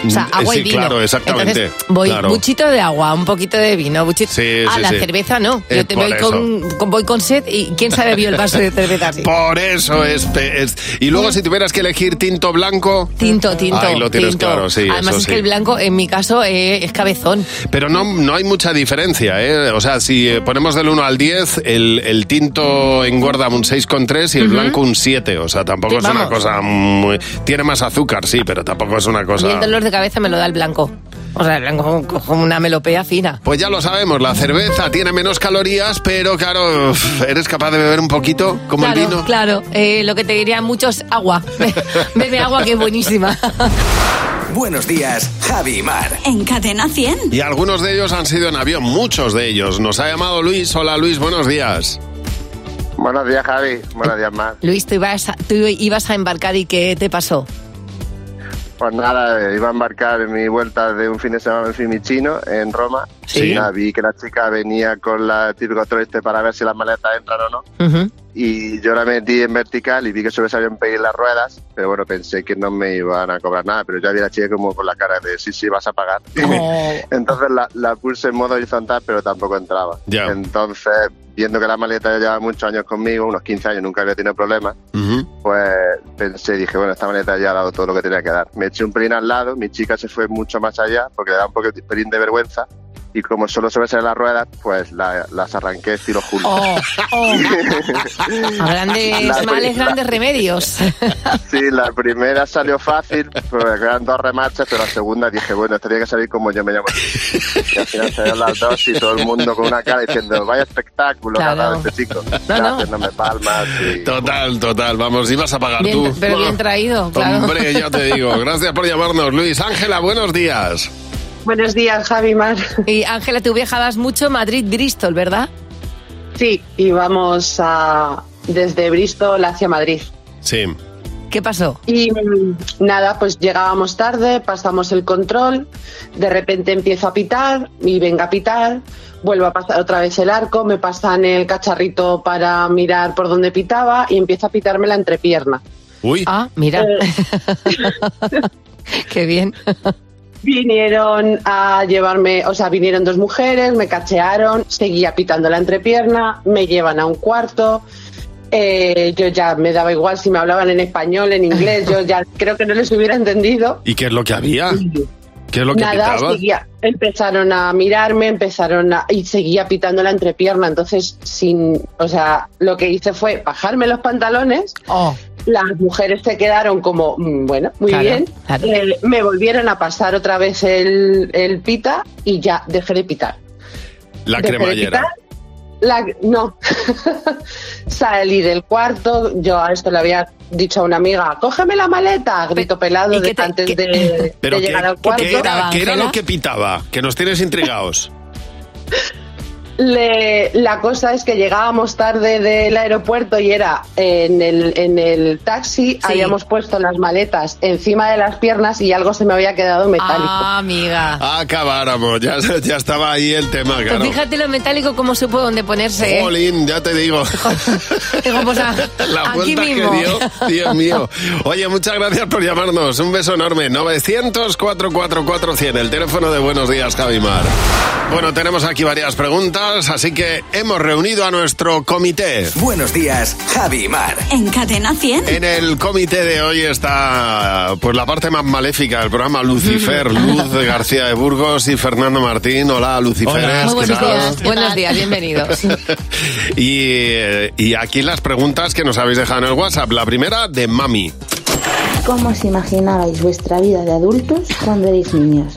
Speaker 4: O sea, agua
Speaker 3: Mm, sí,
Speaker 4: y vino.
Speaker 3: claro, exactamente.
Speaker 4: Entonces, voy
Speaker 3: Claro.
Speaker 4: buchito de agua, un poquito de vino, buchito.
Speaker 3: Sí,
Speaker 4: ah,
Speaker 3: sí,
Speaker 4: la
Speaker 3: sí.
Speaker 4: cerveza no.
Speaker 3: Es
Speaker 4: Yo te
Speaker 3: por
Speaker 4: voy con, con- voy con sed y quién sabe vio el vaso de cerveza así.
Speaker 3: Por eso es, pe- es- Y luego, si tuvieras que elegir tinto blanco.
Speaker 4: Tinto, tinto.
Speaker 3: Ahí lo tienes
Speaker 4: tinto.
Speaker 3: claro, sí.
Speaker 4: Además
Speaker 3: eso
Speaker 4: es
Speaker 3: sí.
Speaker 4: que el blanco, en mi caso, eh, es cabezón.
Speaker 3: Pero no, no hay mucha diferencia, ¿eh? O sea, si eh, ponemos del 1 al 10, el, el tinto engorda un 6,3 y el blanco un 7. O sea, tampoco es una
Speaker 4: Vamos.
Speaker 3: cosa muy... Tiene más azúcar, sí, pero tampoco es una
Speaker 4: Y el
Speaker 3: cosa...
Speaker 4: dolor de cabeza me lo da el blanco. O sea, el blanco cojo una melopea fina.
Speaker 3: Pues ya lo sabemos, la cerveza tiene menos calorías, pero claro, uf, eres capaz de beber un poquito, como
Speaker 4: claro,
Speaker 3: el vino.
Speaker 4: claro. Eh, lo que te dirían muchos, agua. Bebe agua que es buenísima.
Speaker 20: Buenos días, Javi y Mar.
Speaker 1: En Cadena 100.
Speaker 3: Y algunos de ellos han sido en avión, muchos de ellos. Nos ha llamado Luis. Hola Luis, buenos días.
Speaker 21: Buenos días, Javi. Buenos días, Mar.
Speaker 4: Luis, tú ibas, a, tú ibas a embarcar y ¿qué te pasó?
Speaker 21: Pues nada, eh, iba a embarcar en mi vuelta de un fin de semana en Fiumicino, en Roma.
Speaker 4: Sí.
Speaker 21: Y nada, vi que la chica venía con la típico troiste para ver si las maletas entran o no. Y yo la metí en vertical y vi que solo sabían pedir las ruedas. Pero bueno, pensé que no me iban a cobrar nada. Pero yo vi a la chica como con la cara de sí, sí, vas a pagar. Entonces la, la puse en modo horizontal, pero tampoco entraba.
Speaker 3: Ya.
Speaker 21: Entonces, viendo que la maleta ya llevaba muchos años conmigo, unos 15 años, nunca había tenido problemas, pues pensé, dije, bueno, esta maleta ya ha dado todo lo que tenía que dar. Me eché un pelín al lado, mi chica se fue mucho más allá, porque le da un poco- pelín de vergüenza, y como solo sobresalen las ruedas, pues la- las arranqué estilo Julio.
Speaker 4: Oh, oh. A
Speaker 21: La-
Speaker 4: grandes males,
Speaker 21: la-
Speaker 4: grandes remedios.
Speaker 21: Sí, la primera salió fácil, porque eran dos remarchas, pero la segunda dije, bueno, esta tiene que salir como yo me llamo. Y al final salieron las dos y todo el mundo con una cara diciendo, vaya espectáculo,
Speaker 4: Claro.
Speaker 21: nada, este chico. Ya, Haciéndome palmas y...
Speaker 3: Total, total, vamos, ibas a pagar
Speaker 4: Bien-
Speaker 3: tú.
Speaker 4: pero bien traído, claro.
Speaker 3: Hombre, ya te digo, gracias por llamarnos, Luis. Ángela, buenos días.
Speaker 4: Buenos días, Javi Mar. Y Ángela, tú viajabas mucho Madrid-Bristol, ¿verdad?
Speaker 12: Sí, y vamos a, desde Bristol hacia Madrid.
Speaker 3: Sí.
Speaker 4: ¿Qué pasó?
Speaker 12: Y mm, nada, pues llegábamos tarde, pasamos el control, de repente empiezo a pitar y venga a pitar, vuelvo a pasar otra vez el arco, me pasan el cacharrito para mirar por dónde pitaba y empieza a pitarme la entrepierna.
Speaker 3: Uy.
Speaker 4: Ah, mira. Qué bien.
Speaker 12: Vinieron a llevarme, o sea, vinieron dos mujeres, me cachearon, seguía pitando la entrepierna, me llevan a un cuarto. eh, yo ya me daba igual si me hablaban en español, en inglés, yo ya creo que no les hubiera entendido.
Speaker 3: ¿Y qué es lo que había? ¿Qué es lo que
Speaker 12: Nada,
Speaker 3: pitaba?
Speaker 12: seguía. Empezaron a mirarme, empezaron a. y seguía pitando la entrepierna. Entonces, sin. o sea, lo que hice fue bajarme los pantalones. Las mujeres se quedaron como, mm, bueno, muy
Speaker 6: Claro,
Speaker 12: bien.
Speaker 6: claro.
Speaker 12: Eh, me volvieron a pasar otra vez el, el pita y ya dejé de pitar.
Speaker 3: La
Speaker 12: Dejé de
Speaker 3: cremallera.
Speaker 12: pitar. La- no. Salí del cuarto. Yo a esto le había dicho a una amiga: cógeme la maleta, grito pelado de- antes de,
Speaker 3: Pero
Speaker 12: de
Speaker 3: ¿qué,
Speaker 12: llegar al
Speaker 3: qué
Speaker 12: cuarto.
Speaker 3: era, qué era lo que pitaba? Que nos tienes intrigados.
Speaker 12: Le- la cosa es que llegábamos tarde del aeropuerto y era en el, en el taxi, habíamos puesto las maletas encima de las piernas y algo se me había quedado metálico.
Speaker 4: Ah, amiga.
Speaker 3: Acabáramos, ya, ya estaba ahí el tema,
Speaker 4: Pues
Speaker 3: claro.
Speaker 4: fíjate lo metálico como supo dónde ponerse. ¿eh?
Speaker 3: Jolín, ya te digo.
Speaker 4: Digo, pues, a-
Speaker 3: La
Speaker 4: aquí
Speaker 3: vuelta
Speaker 4: mismo.
Speaker 3: que dio, Dios mío. Oye, muchas gracias por llamarnos. Un beso enorme. 900-444-100, el teléfono de Buenos Días, Javimar. Bueno, tenemos aquí varias preguntas, así que hemos reunido a nuestro comité.
Speaker 20: Buenos días, Javi y Mar.
Speaker 1: En Cadena 100.
Speaker 3: En el comité de hoy está pues la parte más maléfica del programa Lucifer, Luz de García de Burgos y Fernando Martín. Hola, Lucifer.
Speaker 4: Muy buenos días, buenos días, bienvenidos.
Speaker 3: Y, eh, y aquí las preguntas que nos habéis dejado en el WhatsApp. La primera de Mami.
Speaker 22: ¿Cómo os imaginabais vuestra vida de adultos cuando erais niños?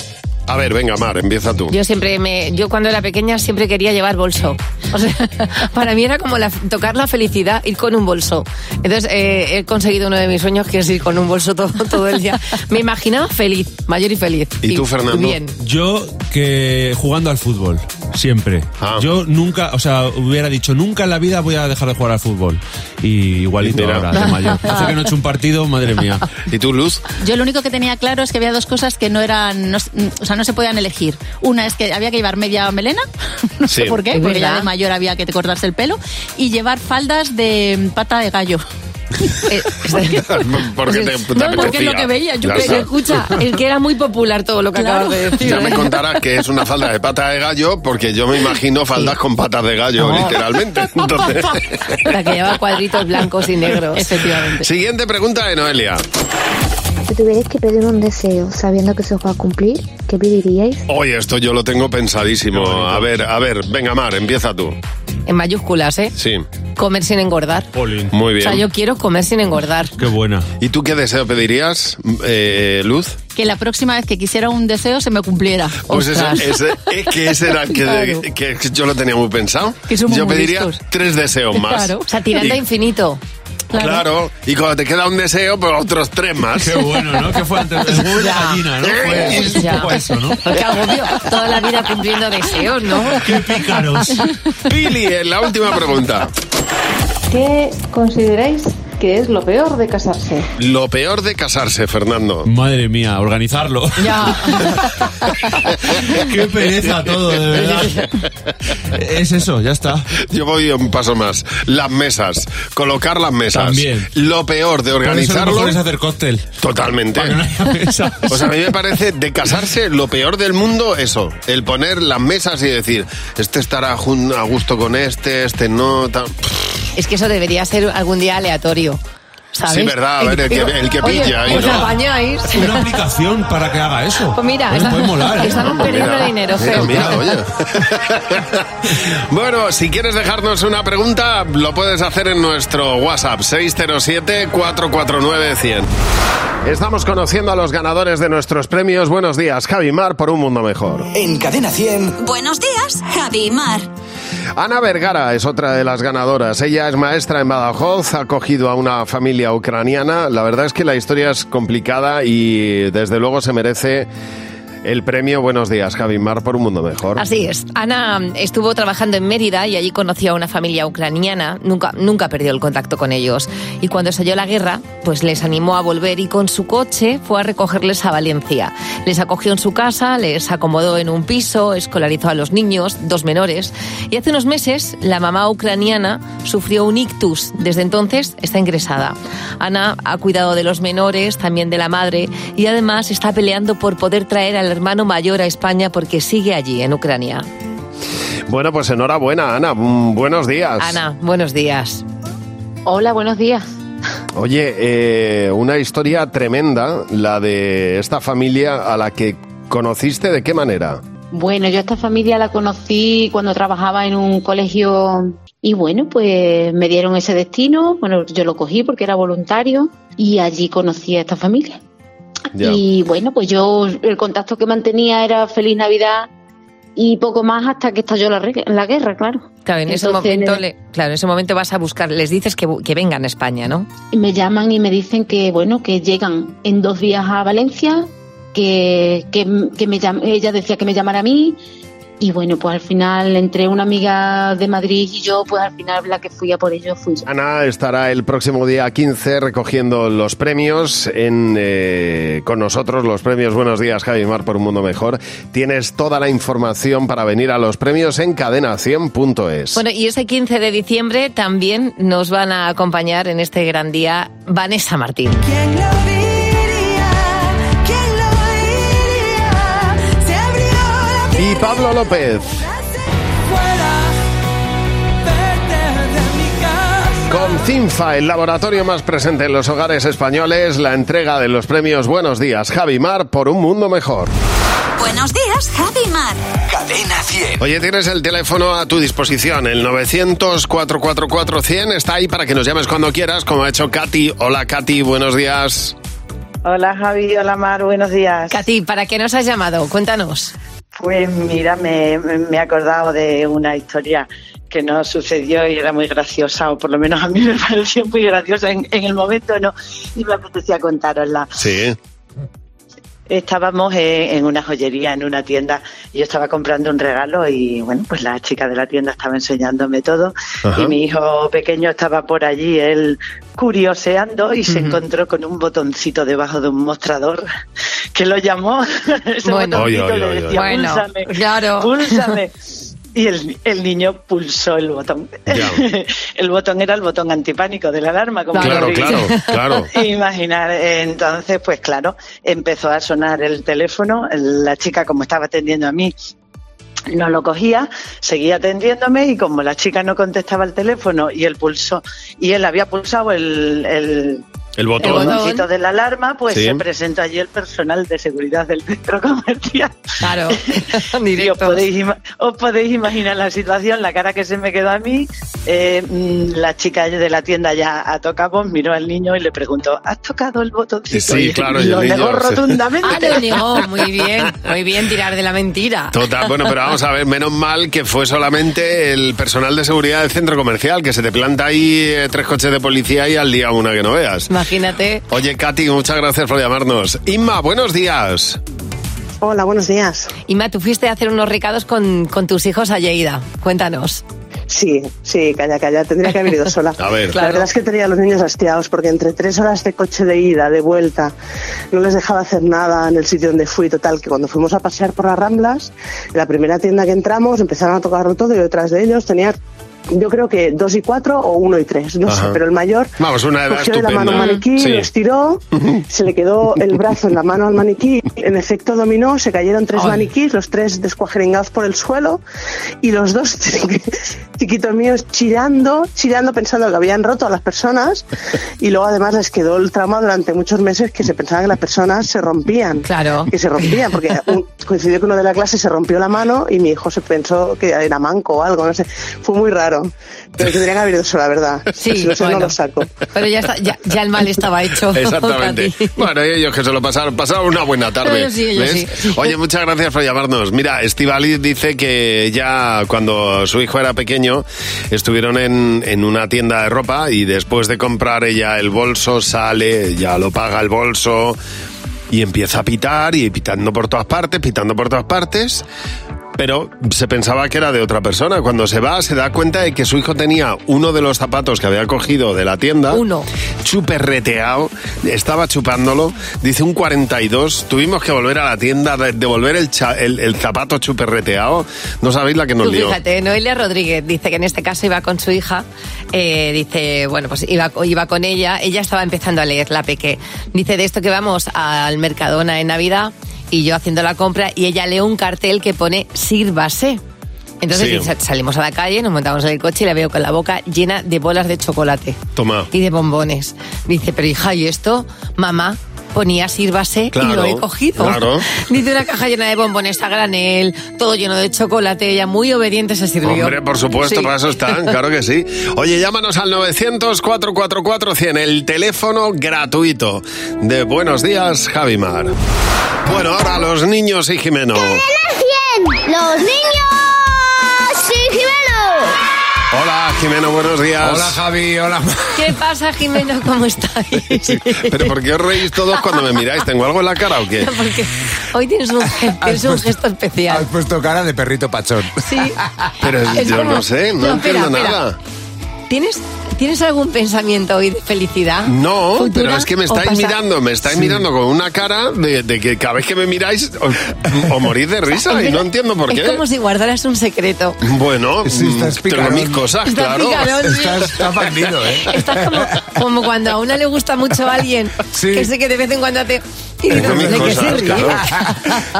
Speaker 3: A ver, venga, Mar, empieza tú.
Speaker 4: Yo siempre me, yo cuando era pequeña siempre quería llevar bolso. O sea, para mí era como la- tocar la felicidad, ir con un bolso. Entonces eh, he conseguido uno de mis sueños que es ir con un bolso todo, todo el día. Me imaginaba feliz, mayor y feliz.
Speaker 18: ¿Y tú,
Speaker 4: Fernando? bien.
Speaker 18: Yo que jugando al fútbol, siempre.
Speaker 3: Ah.
Speaker 18: Yo nunca, o sea, hubiera dicho, nunca en la vida voy a dejar de jugar al fútbol. Y igualito
Speaker 3: Mira.
Speaker 18: ahora, de mayor. Hace que no he hecho un partido, madre mía.
Speaker 3: ¿Y tú, Luz?
Speaker 23: Yo lo único que tenía claro es que había dos cosas que no eran, no s- mm, o sea, no se podían elegir. Una es que había que llevar media melena, no sé
Speaker 3: Sí.
Speaker 23: por qué,
Speaker 3: Es
Speaker 23: porque ya
Speaker 3: verdad.
Speaker 23: de mayor había que te cortarse el pelo, y llevar faldas de mm, pata de gallo.
Speaker 3: Porque te, te
Speaker 4: pues, No, porque es lo
Speaker 3: apetecía.
Speaker 4: que veía. Yo
Speaker 3: Ya
Speaker 4: creo
Speaker 3: está.
Speaker 4: que escucha, el que era muy popular todo lo que
Speaker 3: Claro.
Speaker 4: acabas de decir.
Speaker 3: Ya me
Speaker 4: ¿eh?
Speaker 3: contarás que es una falda de pata de gallo, porque yo me imagino faldas con patas de gallo,
Speaker 4: No.
Speaker 3: literalmente. Entonces-
Speaker 4: La que lleva cuadritos blancos y negros. Efectivamente.
Speaker 3: Siguiente pregunta de Noelia.
Speaker 6: Si tuvierais que pedir un deseo sabiendo que se os va a cumplir, ¿qué pediríais?
Speaker 3: Oye, esto yo lo tengo pensadísimo. A ver, a ver, venga, Mar, empieza tú.
Speaker 4: En mayúsculas, ¿eh?
Speaker 3: Sí.
Speaker 4: Comer sin engordar.
Speaker 3: Muy
Speaker 4: O sea,
Speaker 3: bien.
Speaker 4: yo quiero comer sin engordar.
Speaker 3: Qué buena. ¿Y tú qué deseo pedirías, eh, Luz?
Speaker 24: Que la próxima vez que quisiera un deseo se me cumpliera.
Speaker 3: Pues ese,
Speaker 24: Ostras.
Speaker 3: ese- es que ese era el que,
Speaker 24: Claro.
Speaker 3: que yo lo tenía muy pensado.
Speaker 4: Que somos
Speaker 3: yo
Speaker 4: muy
Speaker 3: pediría
Speaker 4: listos.
Speaker 3: tres deseos más.
Speaker 4: Claro. O sea, tirando a
Speaker 3: Y-
Speaker 4: infinito.
Speaker 3: Claro, y cuando te queda un deseo, pues otros tres más. Qué bueno, ¿no? Que fue antes de gallina, ¿no?
Speaker 4: Ah, Ya. Qué agobio. Toda la vida cumpliendo deseos, ¿no?
Speaker 3: Qué pícaros. Pili, eh, la última pregunta.
Speaker 23: ¿Qué consideráis que es lo peor de casarse?
Speaker 3: Lo peor de casarse, Fernando.
Speaker 18: Madre mía, organizarlo. Qué pereza todo, de verdad. Es eso, ya está.
Speaker 3: Yo voy un paso más. Las mesas. Colocar las mesas.
Speaker 18: También.
Speaker 3: Lo peor de
Speaker 18: Por eso lo
Speaker 3: organizarlo.
Speaker 18: mejor es hacer cóctel.
Speaker 3: Totalmente. O sea, a mí me parece de casarse lo peor del mundo eso, el poner las mesas y decir, este estará jun- a gusto con este, este no, tal.
Speaker 4: Es que eso debería ser algún día aleatorio. ¿Sabes?
Speaker 3: Sí, verdad, a ver, el que- el que
Speaker 4: Oye,
Speaker 3: pilla ahí,
Speaker 4: ¿Os
Speaker 3: ¿no?
Speaker 4: apañáis?
Speaker 18: Una aplicación para que haga eso.
Speaker 4: Pues mira,
Speaker 18: Oye,
Speaker 4: está-
Speaker 18: puede molar, ¿eh?
Speaker 4: estamos perdiendo
Speaker 3: Pues Mira,
Speaker 4: dinero,
Speaker 3: mira,
Speaker 4: Fer.
Speaker 3: mira, oye. Bueno, si quieres dejarnos una pregunta, lo puedes hacer en nuestro WhatsApp 607-449-100. Estamos conociendo a los ganadores de nuestros premios. Buenos días, Javi Mar, por un mundo mejor.
Speaker 2: En Cadena 100.
Speaker 1: Buenos días, Javi y Mar.
Speaker 3: Ana Vergara es otra de las ganadoras. Ella es maestra en Badajoz, ha acogido a una familia ucraniana. La verdad es que la historia es complicada y desde luego se merece el premio Buenos días, Javi Mar, por un mundo mejor.
Speaker 4: Así es. Ana estuvo trabajando en Mérida y allí conoció a una familia ucraniana. Nunca, nunca perdió el contacto con ellos. Y cuando estalló la guerra, pues les animó a volver y con su coche fue a recogerles a Valencia. Les acogió en su casa, les acomodó en un piso, escolarizó a los niños, dos menores. Y hace unos meses, la mamá ucraniana sufrió un ictus. Desde entonces está ingresada. Ana ha cuidado de los menores, también de la madre, y además está peleando por poder traer al hermano mayor a España porque sigue allí, en Ucrania.
Speaker 3: Bueno, pues enhorabuena, Ana. Mm, Buenos días.
Speaker 4: Ana, buenos días.
Speaker 23: Hola, buenos días.
Speaker 3: Oye, eh, una historia tremenda, la de esta familia a la que conociste de qué manera.
Speaker 23: Bueno, yo a esta familia la conocí cuando trabajaba en un colegio y bueno, pues me dieron ese destino, bueno, yo lo cogí porque era voluntario y allí conocí a esta familia.
Speaker 25: Ya.
Speaker 23: Y bueno, pues yo el contacto que mantenía era Feliz Navidad y poco más hasta que estalló la, re- la guerra, claro.
Speaker 4: Claro, en ese
Speaker 23: Entonces, eh,
Speaker 4: momento, le- claro, en ese momento vas a buscar, les dices que, bu- que vengan a España, ¿no?
Speaker 23: Y me llaman y me dicen que bueno que llegan en dos días a Valencia que, que- que me llam- ella decía que me llamara a mí y bueno pues al final entre una amiga de Madrid y yo pues al final la que fui a por ellos fui yo.
Speaker 3: Ana estará el próximo día 15 recogiendo los premios en, eh, con nosotros, los premios Buenos Días, Javi Mar, por un mundo mejor. Tienes toda la información para venir a los premios en cadena100.es.
Speaker 4: Bueno, y ese 15 de diciembre también nos van a acompañar en este gran día Vanessa Martín.
Speaker 3: Y Pablo López, con CINFA, el laboratorio más presente en los hogares españoles, la entrega de los premios Buenos Días, Javi Mar, por un mundo mejor.
Speaker 1: Buenos días, Javi y Mar. Cadena 100.
Speaker 3: Oye, tienes el teléfono a tu disposición, el 900-444-100. Está ahí para que nos llames cuando quieras, como ha hecho Katy. Hola, Katy, buenos días.
Speaker 26: Hola Javi, hola Mar, buenos días.
Speaker 4: Katy, ¿para qué nos has llamado? Cuéntanos.
Speaker 26: Pues mira, me, me he acordado de una historia que nos sucedió y era muy graciosa, o por lo menos a mí me pareció muy graciosa en, en el momento, ¿no? Y me apetecía contárosla.
Speaker 3: Sí.
Speaker 26: Estábamos eh, en, en una joyería, en una tienda, y yo estaba comprando un regalo y, bueno, pues la chica de la tienda estaba enseñándome todo
Speaker 19: Ajá.
Speaker 26: y mi hijo pequeño estaba por allí, él curioseando y se encontró con un botoncito debajo de un mostrador que lo llamó. Ese
Speaker 4: Bueno.
Speaker 26: botoncito
Speaker 4: Oye, oye,
Speaker 26: le
Speaker 4: oye,
Speaker 26: decía,
Speaker 4: oye. Bueno,
Speaker 26: "Púlsame,
Speaker 4: claro.
Speaker 26: púlsame". y el, el niño pulsó el botón.
Speaker 3: Ya.
Speaker 26: el botón era el botón antipánico de la alarma. Como
Speaker 3: Claro,
Speaker 26: lo
Speaker 3: claro,
Speaker 26: dice.
Speaker 3: claro.
Speaker 26: Imaginar, eh, entonces, pues claro, empezó a sonar el teléfono, la chica como estaba atendiendo a mí. No lo cogía, seguía atendiéndome y como la chica no contestaba el teléfono y él pulsó, y él había pulsado el, el,
Speaker 3: El botón.
Speaker 26: el botoncito de la alarma, pues
Speaker 3: Sí.
Speaker 26: se presentó allí el personal de seguridad del centro comercial. Claro, directo. Os podéis, ima- os podéis imaginar la situación, la cara que se me quedó a mí. Eh, mm, la chica de la tienda ya a tocamos, miró al niño y le preguntó, ¿has tocado el botoncito?
Speaker 3: Sí,
Speaker 26: Y él
Speaker 3: claro, y el
Speaker 26: lo
Speaker 3: niño,
Speaker 26: negó
Speaker 3: sí.
Speaker 26: rotundamente.
Speaker 4: Ah, lo negó. Muy bien, muy bien tirar de la mentira.
Speaker 3: Total, bueno, pero vamos a ver, menos mal que fue solamente el personal de seguridad del centro comercial, que se te planta ahí eh, tres coches de policía y al día una que no veas.
Speaker 4: Imagínate.
Speaker 3: Oye, Katy, muchas gracias por llamarnos. Inma, buenos días.
Speaker 4: Hola, buenos días. Inma, tú fuiste a hacer unos recados con, con tus hijos a Lleida. Cuéntanos.
Speaker 25: Sí, sí, calla, calla, tendría que haber ido sola.
Speaker 3: A ver.
Speaker 25: La verdad es que tenía a los niños hastiados porque entre tres horas de coche de ida, de vuelta, no les dejaba hacer nada en el sitio donde fui. Total, que cuando fuimos a pasear por las Ramblas, en la primera tienda que entramos empezaron a tocarlo todo y detrás de ellos tenía, yo creo que dos y cuatro o uno y tres, no sé,
Speaker 3: Ajá.
Speaker 25: pero el mayor
Speaker 3: Vamos, una edad
Speaker 25: cogió de la
Speaker 3: estupenda.
Speaker 25: mano un maniquí,
Speaker 3: Sí.
Speaker 25: lo estiró, se le quedó el brazo en la mano al maniquí, en efecto dominó, se cayeron tres maniquís, los tres descuajerengados por el suelo y los dos chiquitos míos chillando, chillando pensando que habían roto a las personas y luego además les quedó el trauma durante muchos meses que se pensaba que las personas se rompían.
Speaker 4: Claro.
Speaker 25: Que se rompían, porque un- coincidió que uno de la clase se rompió la mano y mi hijo se pensó que era manco o algo, no sé. Fue muy raro. Pero tendría que haber ido eso, la verdad.
Speaker 4: Sí,
Speaker 25: Si no, sé,
Speaker 4: bueno.
Speaker 25: no lo saco.
Speaker 4: Pero ya, está- ya, ya el mal estaba hecho.
Speaker 3: Exactamente. Bueno, y ellos que se lo pasaron, pasaron una buena tarde.
Speaker 4: Ellos sí, ellos sí.
Speaker 3: Oye, muchas gracias por llamarnos. Mira, Estivalis dice que ya cuando su hijo era pequeño estuvieron en, en una tienda de ropa y después de comprar ella el bolso sale, ya lo paga el bolso y empieza a pitar y pitando por todas partes, pitando por todas partes. Pero se pensaba que era de otra persona. Cuando se va, se da cuenta de que su hijo tenía uno de los zapatos que había cogido de la tienda. Uno. Chuperreteado. Estaba chupándolo. Dice un 42. Tuvimos que volver a la tienda, de- devolver el, cha- el, el zapato chuperreteado. No sabéis la que nos
Speaker 4: Tú
Speaker 3: lió.
Speaker 4: fíjate, Noelia Rodríguez dice que en este caso iba con su hija, eh, dice, bueno, pues iba, iba con ella, ella estaba empezando a leer la peque. Dice de esto que vamos al Mercadona en Navidad y yo haciendo la compra y ella lee un cartel que pone sírvase. Entonces
Speaker 3: Sí.
Speaker 4: dice, salimos a la calle, nos montamos en el coche y la veo con la boca llena de bolas de chocolate
Speaker 3: Toma.
Speaker 4: y de bombones. Dice, pero hija, ¿y esto? Mamá ponía sírvase y lo
Speaker 3: Claro,
Speaker 4: he cogido.
Speaker 3: claro.
Speaker 4: Dice una caja llena de bombones a granel, todo lleno de chocolate, ella muy obediente se sirvió.
Speaker 3: Hombre, por supuesto,
Speaker 4: Sí.
Speaker 3: para eso están, claro que sí. Oye, llámanos al 900-444-100, el teléfono gratuito de Buenos Días, Javimar. Bueno, ahora los niños y Jimeno.
Speaker 27: ¡Los niños! ¡Sí,
Speaker 3: Hola, Jimeno, buenos días.
Speaker 28: Hola, Javi, hola.
Speaker 4: ¿Qué pasa, Jimeno? ¿Cómo estáis?
Speaker 3: Pero ¿por qué os reís todos cuando me miráis? ¿Tengo algo en la cara o qué?
Speaker 4: Porque hoy tienes un, tienes un gesto especial.
Speaker 28: Has puesto cara pues de perrito pachón.
Speaker 4: Sí.
Speaker 3: Pero
Speaker 4: Ah, Es
Speaker 3: yo
Speaker 4: como-
Speaker 3: no sé, no,
Speaker 4: No,
Speaker 3: entiendo
Speaker 4: espera, espera.
Speaker 3: nada.
Speaker 4: ¿Tienes, ¿Tienes algún pensamiento hoy de felicidad?
Speaker 3: No,
Speaker 4: futura
Speaker 3: pero es que me
Speaker 4: o
Speaker 3: estáis
Speaker 4: pasada?
Speaker 3: mirando, me estáis mirando con una cara de, de que cada vez que me miráis os- o morís de
Speaker 4: O
Speaker 3: risa
Speaker 4: sea,
Speaker 3: y no entiendo por
Speaker 4: Es
Speaker 3: qué.
Speaker 4: como si guardaras un secreto.
Speaker 3: Bueno, mm, tengo mis cosas,
Speaker 4: Estás
Speaker 3: claro.
Speaker 4: picarón, sí.
Speaker 28: Estás, estás bandido, ¿eh?
Speaker 4: Estás como, como cuando a una le gusta mucho a alguien,
Speaker 28: Sí.
Speaker 4: que sé que de vez en cuando te... Y dices,
Speaker 28: Tengo mis
Speaker 4: ¿de qué se
Speaker 28: cosas,
Speaker 4: ríe?
Speaker 28: claro.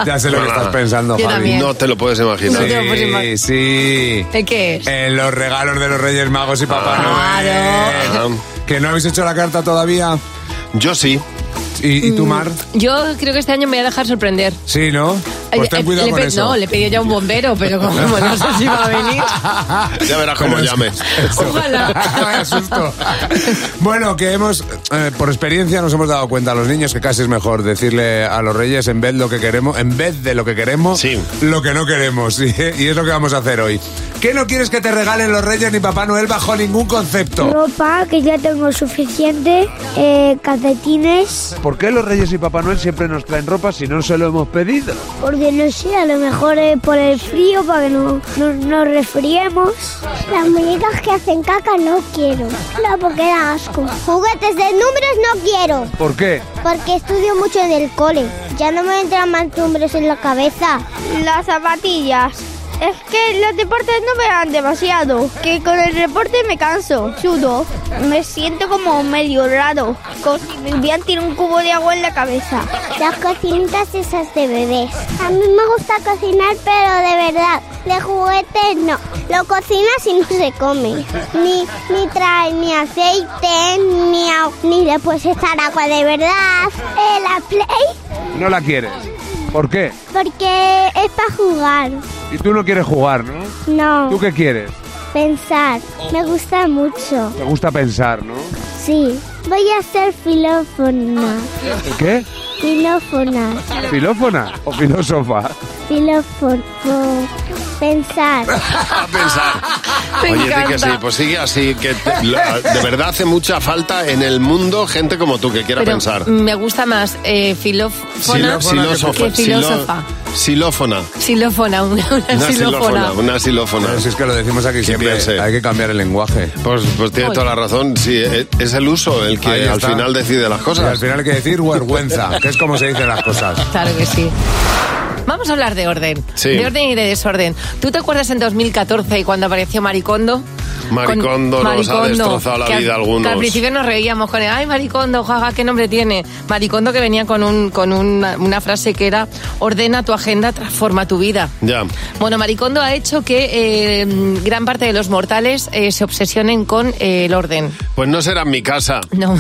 Speaker 28: Ya sé lo que
Speaker 3: Bueno,
Speaker 28: estás pensando,
Speaker 4: Yo
Speaker 28: Javi.
Speaker 4: también.
Speaker 3: No te lo puedes
Speaker 4: No te lo puedes
Speaker 28: imaginar. Sí, sí.
Speaker 4: ¿De qué es?
Speaker 28: En los regalos de los Reyes Magos y Papá
Speaker 3: Ah.
Speaker 28: Noel. ¿Que no habéis hecho la carta todavía?
Speaker 3: Yo sí.
Speaker 28: ¿Y,
Speaker 4: Mm.
Speaker 28: y tú, Mar?
Speaker 4: Yo creo que este año me voy a dejar sorprender.
Speaker 28: Sí, ¿no? Pues
Speaker 4: Eh,
Speaker 28: ten
Speaker 4: eh,
Speaker 28: cuidado
Speaker 4: le
Speaker 28: con
Speaker 4: pe-
Speaker 28: eso.
Speaker 4: No, le pedí ya un bombero, pero como no sé si va a venir.
Speaker 3: Ya verás cómo llame.
Speaker 28: Vaya susto. Bueno, que hemos, eh, por experiencia nos hemos dado cuenta a los niños que casi es mejor decirle a los reyes en vez lo que queremos, en vez de lo que queremos, lo que no queremos. Y, y es lo que vamos a hacer hoy. ¿Qué no quieres que te regalen los reyes ni Papá Noel bajo ningún concepto?
Speaker 27: Ropa, que ya tengo suficiente, eh, calcetines,
Speaker 28: ¿Por qué los reyes y Papá Noel siempre nos traen ropa si no se lo hemos pedido?
Speaker 27: porque no sé, a lo mejor es por el frío, para que no no- nos resfriemos. Las muñecas que hacen caca no quiero, no, porque da asco. Juguetes de números no quiero.
Speaker 28: ¿Por qué?
Speaker 27: Porque estudio mucho en el cole. Ya no me entran más en la cabeza. Las zapatillas.
Speaker 13: Es que los deportes no me dan demasiado. Que con el deporte me canso, sudo. Me siento como medio raro. Como si me hubieran tirado un cubo de agua en la cabeza.
Speaker 27: Las cocinitas esas de bebés. A mí me gusta cocinar, pero de verdad, de juguetes no. Lo cocinas y no se come. Ni, ni trae ni aceite, ni, au- ni le puedes echar agua de verdad. Eh, la Play,
Speaker 28: No la quieres. ¿Por qué?
Speaker 27: porque es para jugar.
Speaker 28: Y tú no quieres jugar, ¿no?
Speaker 27: No,
Speaker 28: ¿Tú qué quieres?
Speaker 27: pensar. Me gusta mucho.
Speaker 28: Te gusta pensar, ¿no?
Speaker 27: Sí, voy a ser filófona.
Speaker 28: ¿El qué?
Speaker 27: Filófona.
Speaker 28: ¿Filófona o filósofa?
Speaker 27: Filófona. Pensar.
Speaker 3: A pensar.
Speaker 27: Me
Speaker 3: Oye, di que
Speaker 27: encanta.
Speaker 3: sí, pues sigue así, que te- lo- de verdad hace mucha falta en el mundo gente como tú que quiera
Speaker 4: Pero
Speaker 3: pensar.
Speaker 4: me gusta más eh,
Speaker 3: Silo-
Speaker 4: filófona
Speaker 3: silófofa-
Speaker 4: que filósofa. Eh,
Speaker 3: silo- Silófona.
Speaker 4: Silófona, una, una
Speaker 3: Una
Speaker 4: silófona.
Speaker 3: silófona, una silófona.
Speaker 28: Si es que lo decimos aquí siempre, hay que cambiar el lenguaje.
Speaker 3: Pues, pues tiene toda la razón, sí, eh, es el uso el que
Speaker 28: Ahí
Speaker 3: al
Speaker 28: está.
Speaker 3: final decide las cosas.
Speaker 28: Y al final hay que decir vergüenza, que es como se dicen las cosas.
Speaker 4: Claro que sí. Vamos a hablar de orden.
Speaker 28: Sí.
Speaker 4: De orden y de desorden. ¿Tú te acuerdas en 2014 cuando apareció Maricondo?
Speaker 3: Maricondo nos ha destrozado la
Speaker 4: que al-
Speaker 3: vida a algunos.
Speaker 4: que al principio nos reíamos con el, ay, Maricondo, jaja, qué nombre tiene. Maricondo que venía con, un, con una, una frase que era, ordena tu agenda, transforma tu vida.
Speaker 3: Ya.
Speaker 4: Bueno, Maricondo ha hecho que eh, gran parte de los mortales eh, se obsesionen con eh, el orden.
Speaker 3: Pues no será en mi casa.
Speaker 4: No.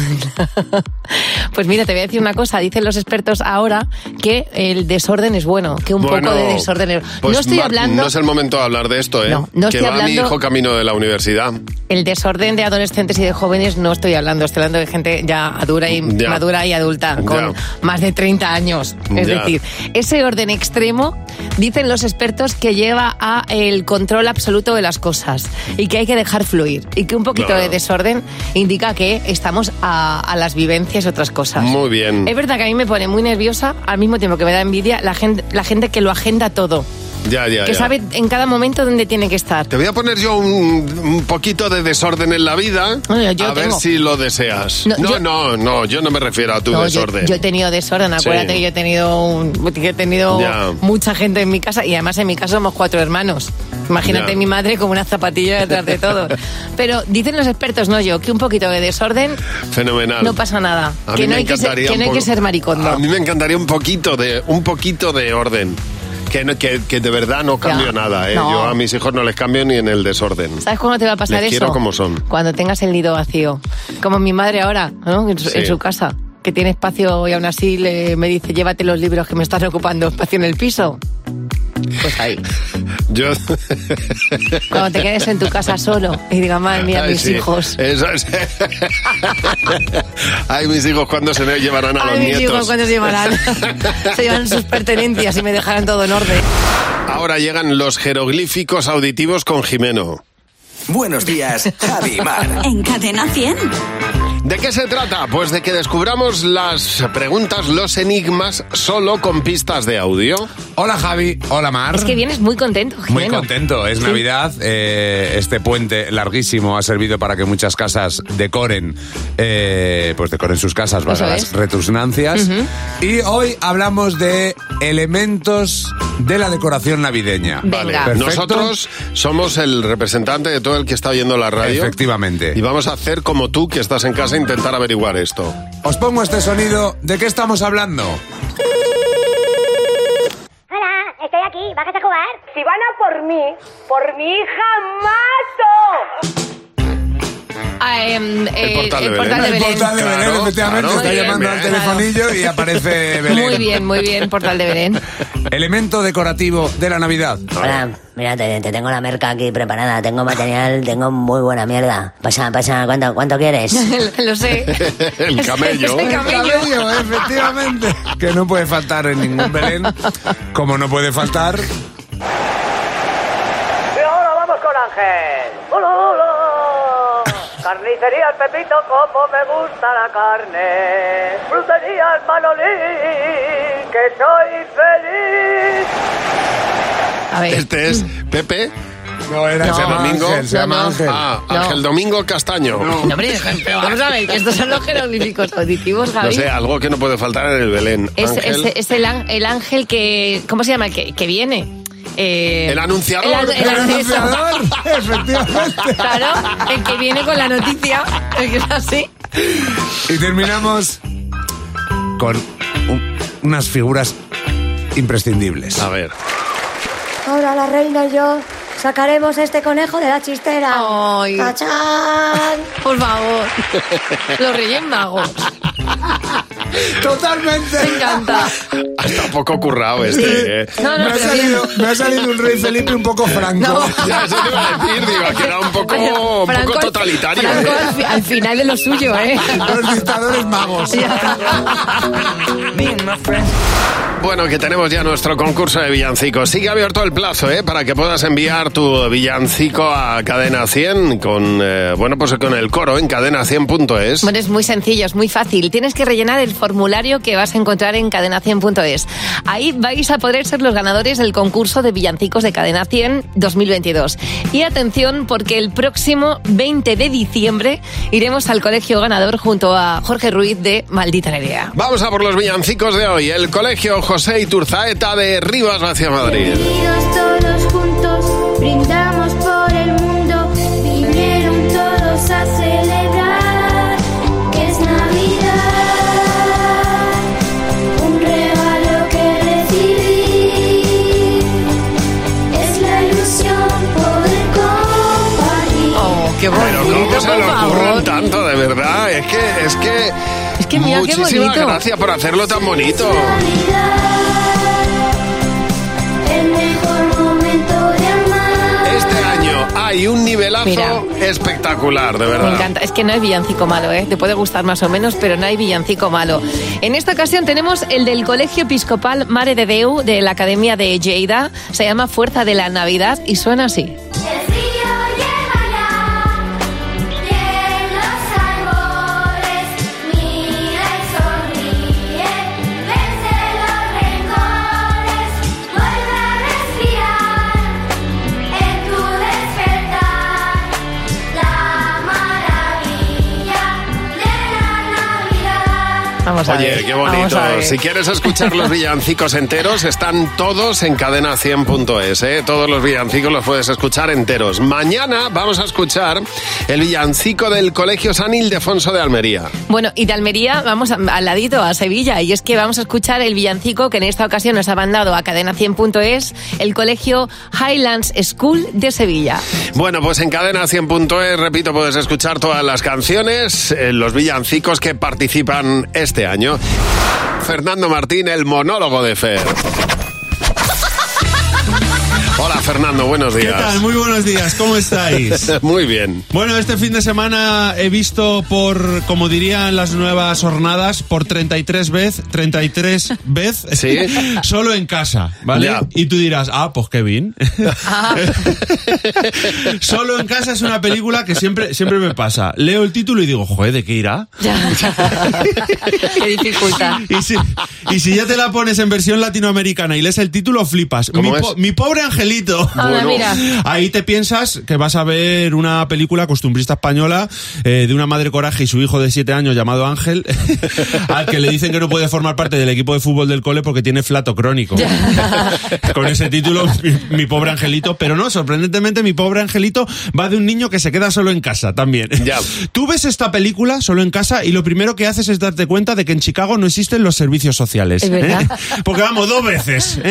Speaker 4: Pues mira, te voy a decir una cosa. Dicen los expertos ahora que el desorden es bueno, que un
Speaker 3: Bueno,
Speaker 4: poco de desorden es...
Speaker 3: pues
Speaker 4: no estoy
Speaker 3: Mar-
Speaker 4: hablando...
Speaker 3: No es el momento de hablar de esto, ¿eh?
Speaker 4: No, no
Speaker 3: que
Speaker 4: estoy
Speaker 3: va mi
Speaker 4: hablando-
Speaker 3: hijo camino de la universidad.
Speaker 4: El desorden de adolescentes y de jóvenes no estoy hablando, estoy hablando de gente ya adura y
Speaker 3: Ya.
Speaker 4: madura y adulta,
Speaker 3: Ya.
Speaker 4: con más de 30 años. Es
Speaker 3: Ya.
Speaker 4: decir, ese orden extremo, dicen los expertos, que lleva a el control absoluto de las cosas y que hay que dejar fluir y que un poquito
Speaker 3: Claro.
Speaker 4: de desorden indica que estamos a, a las vivencias y otras cosas.
Speaker 3: Muy bien.
Speaker 4: Es verdad que a mí me pone muy nerviosa, al mismo tiempo que me da envidia, la gente, la gente que lo agenda todo,
Speaker 3: Ya, ya,
Speaker 4: que
Speaker 3: ya.
Speaker 4: sabe en cada momento dónde tiene que estar.
Speaker 3: Te voy a poner yo un, un poquito de desorden en la vida.
Speaker 4: Bueno, yo
Speaker 3: a ver
Speaker 4: tengo.
Speaker 3: si lo deseas.
Speaker 4: No,
Speaker 3: No,
Speaker 4: yo-
Speaker 3: no, no, yo no me refiero a tu
Speaker 4: No, yo-
Speaker 3: desorden.
Speaker 4: Yo, he tenido desorden, acuérdate
Speaker 3: Sí.
Speaker 4: que yo he tenido, un- que he tenido
Speaker 3: Ya.
Speaker 4: mucha gente en mi casa y además en mi casa somos cuatro hermanos. Imagínate
Speaker 3: Ya.
Speaker 4: mi madre con una zapatilla detrás de todo. Pero dicen los expertos, no yo, que un poquito de desorden
Speaker 3: Fenomenal.
Speaker 4: no pasa nada.
Speaker 3: A
Speaker 4: que
Speaker 3: mí
Speaker 4: no
Speaker 3: me
Speaker 4: hay que ser,
Speaker 3: encantaría
Speaker 4: que
Speaker 3: un
Speaker 4: no hay que
Speaker 3: poco-
Speaker 4: ser maricondo.
Speaker 3: A mí me encantaría un poquito de, un poquito de orden. Que, no- que, que de verdad no cambio
Speaker 4: Ya.
Speaker 3: nada, ¿eh?
Speaker 4: No.
Speaker 3: Yo a mis hijos no les cambio ni en el desorden.
Speaker 4: ¿Sabes cuándo te va a pasar
Speaker 3: Les
Speaker 4: eso?
Speaker 3: quiero como son.
Speaker 4: Cuando tengas el nido vacío. Como mi madre ahora, ¿no? En su,
Speaker 3: Sí.
Speaker 4: en su casa, que tiene espacio y aún así le- me dice, llévate los libros que me están ocupando espacio en el piso. Pues ahí.
Speaker 3: Yo...
Speaker 4: Cuando te quedes en tu casa solo y digas, madre mía,
Speaker 3: Ay,
Speaker 4: mis
Speaker 3: sí.
Speaker 4: hijos.
Speaker 3: Eso es. Ay, mis hijos, ¿cuándo se me llevarán a los
Speaker 4: Ay, mis
Speaker 3: nietos?
Speaker 4: hijos, ¿cuándo se llevarán? se llevan sus pertenencias y me dejarán todo en orden.
Speaker 3: Ahora llegan los jeroglíficos auditivos con Jimeno.
Speaker 2: Buenos días, Javi y Mar.
Speaker 1: En Cadena 100.
Speaker 3: ¿De qué se trata? Pues de que descubramos las preguntas, los enigmas, solo con pistas de audio.
Speaker 28: Hola Javi, hola Mar.
Speaker 4: Es que vienes muy contento,
Speaker 28: Muy
Speaker 4: Jimeno.
Speaker 28: contento, es
Speaker 4: Sí.
Speaker 28: Navidad, eh, este puente larguísimo ha servido para que muchas casas decoren, eh, pues decoren sus casas bajo
Speaker 29: Eso
Speaker 28: las
Speaker 29: es.
Speaker 28: retusnancias.
Speaker 29: Ujú.
Speaker 28: Y hoy hablamos de elementos de la decoración navideña.
Speaker 3: Vale, nosotros somos el representante de todo el que está oyendo la radio.
Speaker 28: Efectivamente.
Speaker 3: Y vamos a hacer como tú que estás en casa intentar averiguar esto.
Speaker 28: Os pongo este sonido, ¿de qué estamos hablando?
Speaker 30: Hola, estoy aquí, ¿vas a jugar? Si van a por mí, por mi hija mato.
Speaker 4: Ah, em, eh,
Speaker 28: portal de
Speaker 4: el
Speaker 28: Belén.
Speaker 4: portal de
Speaker 28: El
Speaker 4: Belén.
Speaker 28: portal de Belén,
Speaker 3: Claro,
Speaker 28: efectivamente,
Speaker 3: claro,
Speaker 28: está
Speaker 3: bien,
Speaker 28: llamando al
Speaker 3: bien.
Speaker 28: telefonillo y aparece Belén.
Speaker 4: Muy bien, muy bien, portal de Belén.
Speaker 28: Elemento decorativo de la Navidad.
Speaker 31: Hola, mira, te, te tengo la merca aquí preparada, tengo material, tengo muy buena mierda. Pasa, pasa, ¿cuánto, cuánto quieres?
Speaker 4: Lo sé.
Speaker 3: El camello.
Speaker 28: El camello, efectivamente. Que no puede faltar en ningún Belén, como no puede faltar
Speaker 19: Y ahora vamos con Ángel. Hola, hola. Carnicería el Pepito, como me gusta la carne. Frutería el Manolín, que soy feliz.
Speaker 3: Este es
Speaker 4: Mm.
Speaker 3: Pepe.
Speaker 28: No, era
Speaker 3: se
Speaker 28: No.
Speaker 3: llama Domingo.
Speaker 28: Ángel, se llama
Speaker 3: No, no.
Speaker 28: Ángel.
Speaker 3: Ah,
Speaker 28: No.
Speaker 3: Ángel Domingo Castaño. No,
Speaker 4: No, hombre, vamos a ver, que estos son los jeroglíficos auditivos, Javi.
Speaker 3: sé, algo que no puede faltar en el Belén.
Speaker 4: Es,
Speaker 3: Ángel.
Speaker 4: es- es el, an- el ángel que... ¿Cómo se llama? Que, que viene. eh,
Speaker 3: El anunciador.
Speaker 4: el, el
Speaker 3: El
Speaker 4: acceso.
Speaker 3: anunciador,
Speaker 28: efectivamente.
Speaker 4: Claro, el que viene con la noticia, el que es así.
Speaker 28: Y terminamos con un- unas figuras imprescindibles. A
Speaker 3: ver.
Speaker 32: Ahora la reina y yo sacaremos este conejo de la chistera. ¡Tachán!
Speaker 4: Por favor. Los Reyes Magos.
Speaker 28: Totalmente.
Speaker 4: Me encanta.
Speaker 3: Está poco currado
Speaker 28: Sí.
Speaker 3: este, ¿eh?
Speaker 4: No, no,
Speaker 28: me, ha
Speaker 4: pero
Speaker 28: salido, me ha salido un rey Felipe un poco franco.
Speaker 3: Ya, eso te iba a decir, digo, que era un poco,
Speaker 4: Pero
Speaker 3: un
Speaker 4: Franco
Speaker 3: poco
Speaker 4: al-
Speaker 3: totalitario.
Speaker 4: Franco
Speaker 3: ¿eh?
Speaker 4: al, fi- al final de lo suyo, ¿eh?
Speaker 28: Los dictadores magos.
Speaker 3: Bueno, que tenemos ya nuestro concurso de villancicos. Sigue abierto el plazo, ¿eh? Para que puedas enviar tu villancico a Cadena 100 con, eh, bueno, pues con el coro en cadena100.es.
Speaker 4: Bueno, es muy sencillo, es muy fácil. Tienes que rellenar el formulario que vas a encontrar en cadena100.es. Ahí vais a poder ser los ganadores del concurso de villancicos de Cadena 100 2022. Y atención, porque el próximo 20 de diciembre iremos al colegio ganador junto a Jorge Ruiz de Maldita Nerea.
Speaker 3: Vamos a por los villancicos de hoy. El Colegio José Iturzaeta de Rivas hacia Madrid.
Speaker 33: Unidos todos juntos, brindamos por el mundo. Vinieron todos a celebrar que es Navidad. Un regalo que recibí es la ilusión poder compartir.
Speaker 4: Oh, qué
Speaker 3: Pero cómo se
Speaker 4: por
Speaker 3: le ocurren
Speaker 4: favor.
Speaker 3: tanto, de verdad. Es que, es que.
Speaker 4: Es que mira qué
Speaker 3: muchísimas
Speaker 4: bonito.
Speaker 3: gracias por hacerlo tan bonito.
Speaker 33: El mejor momento de amar.
Speaker 3: Este año hay un nivelazo
Speaker 4: Mira.
Speaker 3: espectacular, de
Speaker 4: Me
Speaker 3: verdad.
Speaker 4: encanta. Es que no hay villancico malo, ¿eh? Te puede gustar más o menos, pero no hay villancico malo. En esta ocasión tenemos el del Colegio Episcopal Mare de Deu de la Academia de Lleida. Se llama Fuerza de la Navidad y suena así.
Speaker 33: El río llevará de los árboles, mira y sonríe, desde los rincones, vuelve a respirar en tu despertar la maravilla de la Navidad.
Speaker 4: Vamos a
Speaker 3: Oye,
Speaker 4: ver.
Speaker 3: qué
Speaker 4: Vamos
Speaker 3: bonito.
Speaker 4: a ver.
Speaker 3: Si quieres escuchar los villancicos enteros, están todos en cadena100.es. ¿eh? Todos los villancicos los puedes escuchar enteros. Mañana vamos a escuchar el villancico del Colegio San Ildefonso de Almería.
Speaker 4: Bueno, y de Almería vamos a- al ladito, a Sevilla, y es que vamos a escuchar el villancico que en esta ocasión nos ha mandado a cadena100.es el colegio Highlands School de Sevilla.
Speaker 3: Bueno, pues en cadena100.es, repito, puedes escuchar todas las canciones, eh, los villancicos que participan este año. Fernando Martín, el monólogo de Fer. Hola Fernando, buenos
Speaker 18: ¿Qué
Speaker 3: días.
Speaker 18: tal? Muy buenos días, ¿cómo estáis?
Speaker 3: Muy bien.
Speaker 18: Bueno, este fin de semana he visto por, como dirían las nuevas jornadas, por 33 veces, 33 veces,
Speaker 3: Sí.
Speaker 18: solo en casa, ¿vale?
Speaker 3: Ya.
Speaker 18: Y tú dirás, ah, pues qué bien. solo en casa es una película que siempre, siempre me pasa. Leo el título y digo, joder, ¿de qué irá?
Speaker 4: Qué dificultad.
Speaker 18: Y si, y si ya te la pones en versión latinoamericana y lees el título, flipas. Mi,
Speaker 3: ¿Cómo es?
Speaker 18: po- mi pobre angelito.
Speaker 4: Anda, Bueno. mira.
Speaker 18: Ahí te piensas que vas a ver una película costumbrista española eh, de una madre coraje y su hijo de 7 años llamado Ángel, al que le dicen que no puede formar parte del equipo de fútbol del cole porque tiene flato crónico. Con ese título, mi, mi pobre angelito. Pero no, sorprendentemente, mi pobre angelito va de un niño que se queda solo en casa también. Tú ves esta película solo en casa y lo primero que haces es darte cuenta de que en Chicago no existen los servicios sociales.
Speaker 5: Es verdad.
Speaker 18: ¿eh? Porque vamos, dos veces, ¿eh?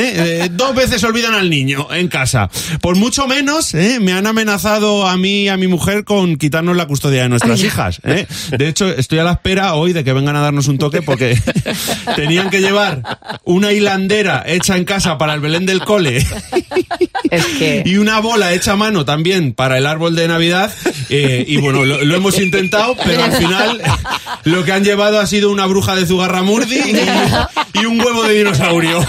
Speaker 18: Eh, dos veces olvidan al niño en casa. Por mucho menos, ¿eh? me han amenazado a mí y a mi mujer con quitarnos la custodia de nuestras
Speaker 5: Ay.
Speaker 18: hijas. ¿eh? De hecho, estoy a la espera hoy de que vengan a darnos un toque porque tenían que llevar una hilandera hecha en casa para el Belén del cole y una bola hecha a mano también para el árbol de Navidad. eh, y bueno, lo, lo hemos intentado, pero al final lo que han llevado ha sido una bruja de Zugarramurdi y, y un huevo de dinosaurio.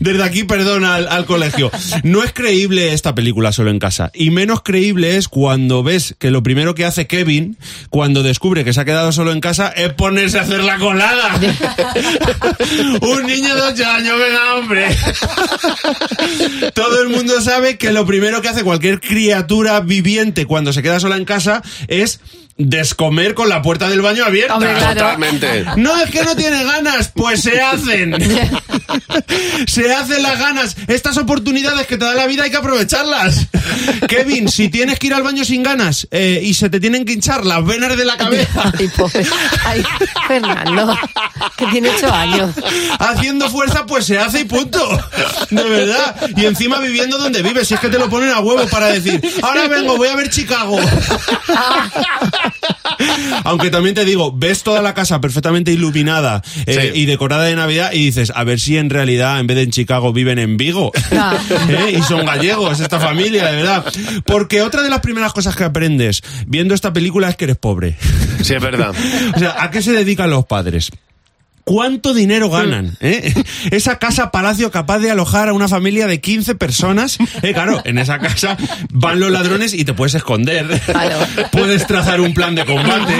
Speaker 18: Desde aquí, perdón al, al colegio. No es creíble esta película solo en casa. Y menos creíble es cuando ves que lo primero que hace Kevin, cuando descubre que se ha quedado solo en casa, es ponerse a hacer la colada. Un niño de 8 años, venga, hombre. Todo el mundo sabe que lo primero que hace cualquier criatura viviente cuando se queda sola en casa es descomer con la puerta del baño abierta.
Speaker 3: Hombre, claro. Totalmente.
Speaker 18: No es que no tiene ganas, pues se hacen. se hacen las ganas. Estas oportunidades que te da la vida hay que aprovecharlas. Kevin, si tienes que ir al baño sin ganas eh, y se te tienen que hinchar las venas de la cabeza.
Speaker 4: Ay, Fernando, que tiene ocho años.
Speaker 18: Haciendo fuerza, pues se hace y punto. De verdad. Y encima viviendo donde vives. Si es que te lo ponen a huevo para decir, ahora vengo, voy a ver Chicago. Aunque también te digo, ves toda la casa perfectamente iluminada eh, y decorada de Navidad y dices, a ver si en realidad en vez de en Chicago viven en Vigo. ¿Eh? Y son gallegos, esta familia, de verdad. Porque otra de las primeras cosas que aprendes viendo esta película es que eres pobre.
Speaker 3: Sí, es verdad.
Speaker 18: O sea, ¿a qué se dedican los padres? ¿Cuánto dinero
Speaker 3: Mm.
Speaker 18: ganan? eh? Esa casa-palacio capaz de alojar a una familia de 15 personas. Eh, claro, en esa casa van los ladrones y te puedes esconder. Puedes trazar un plan de combate.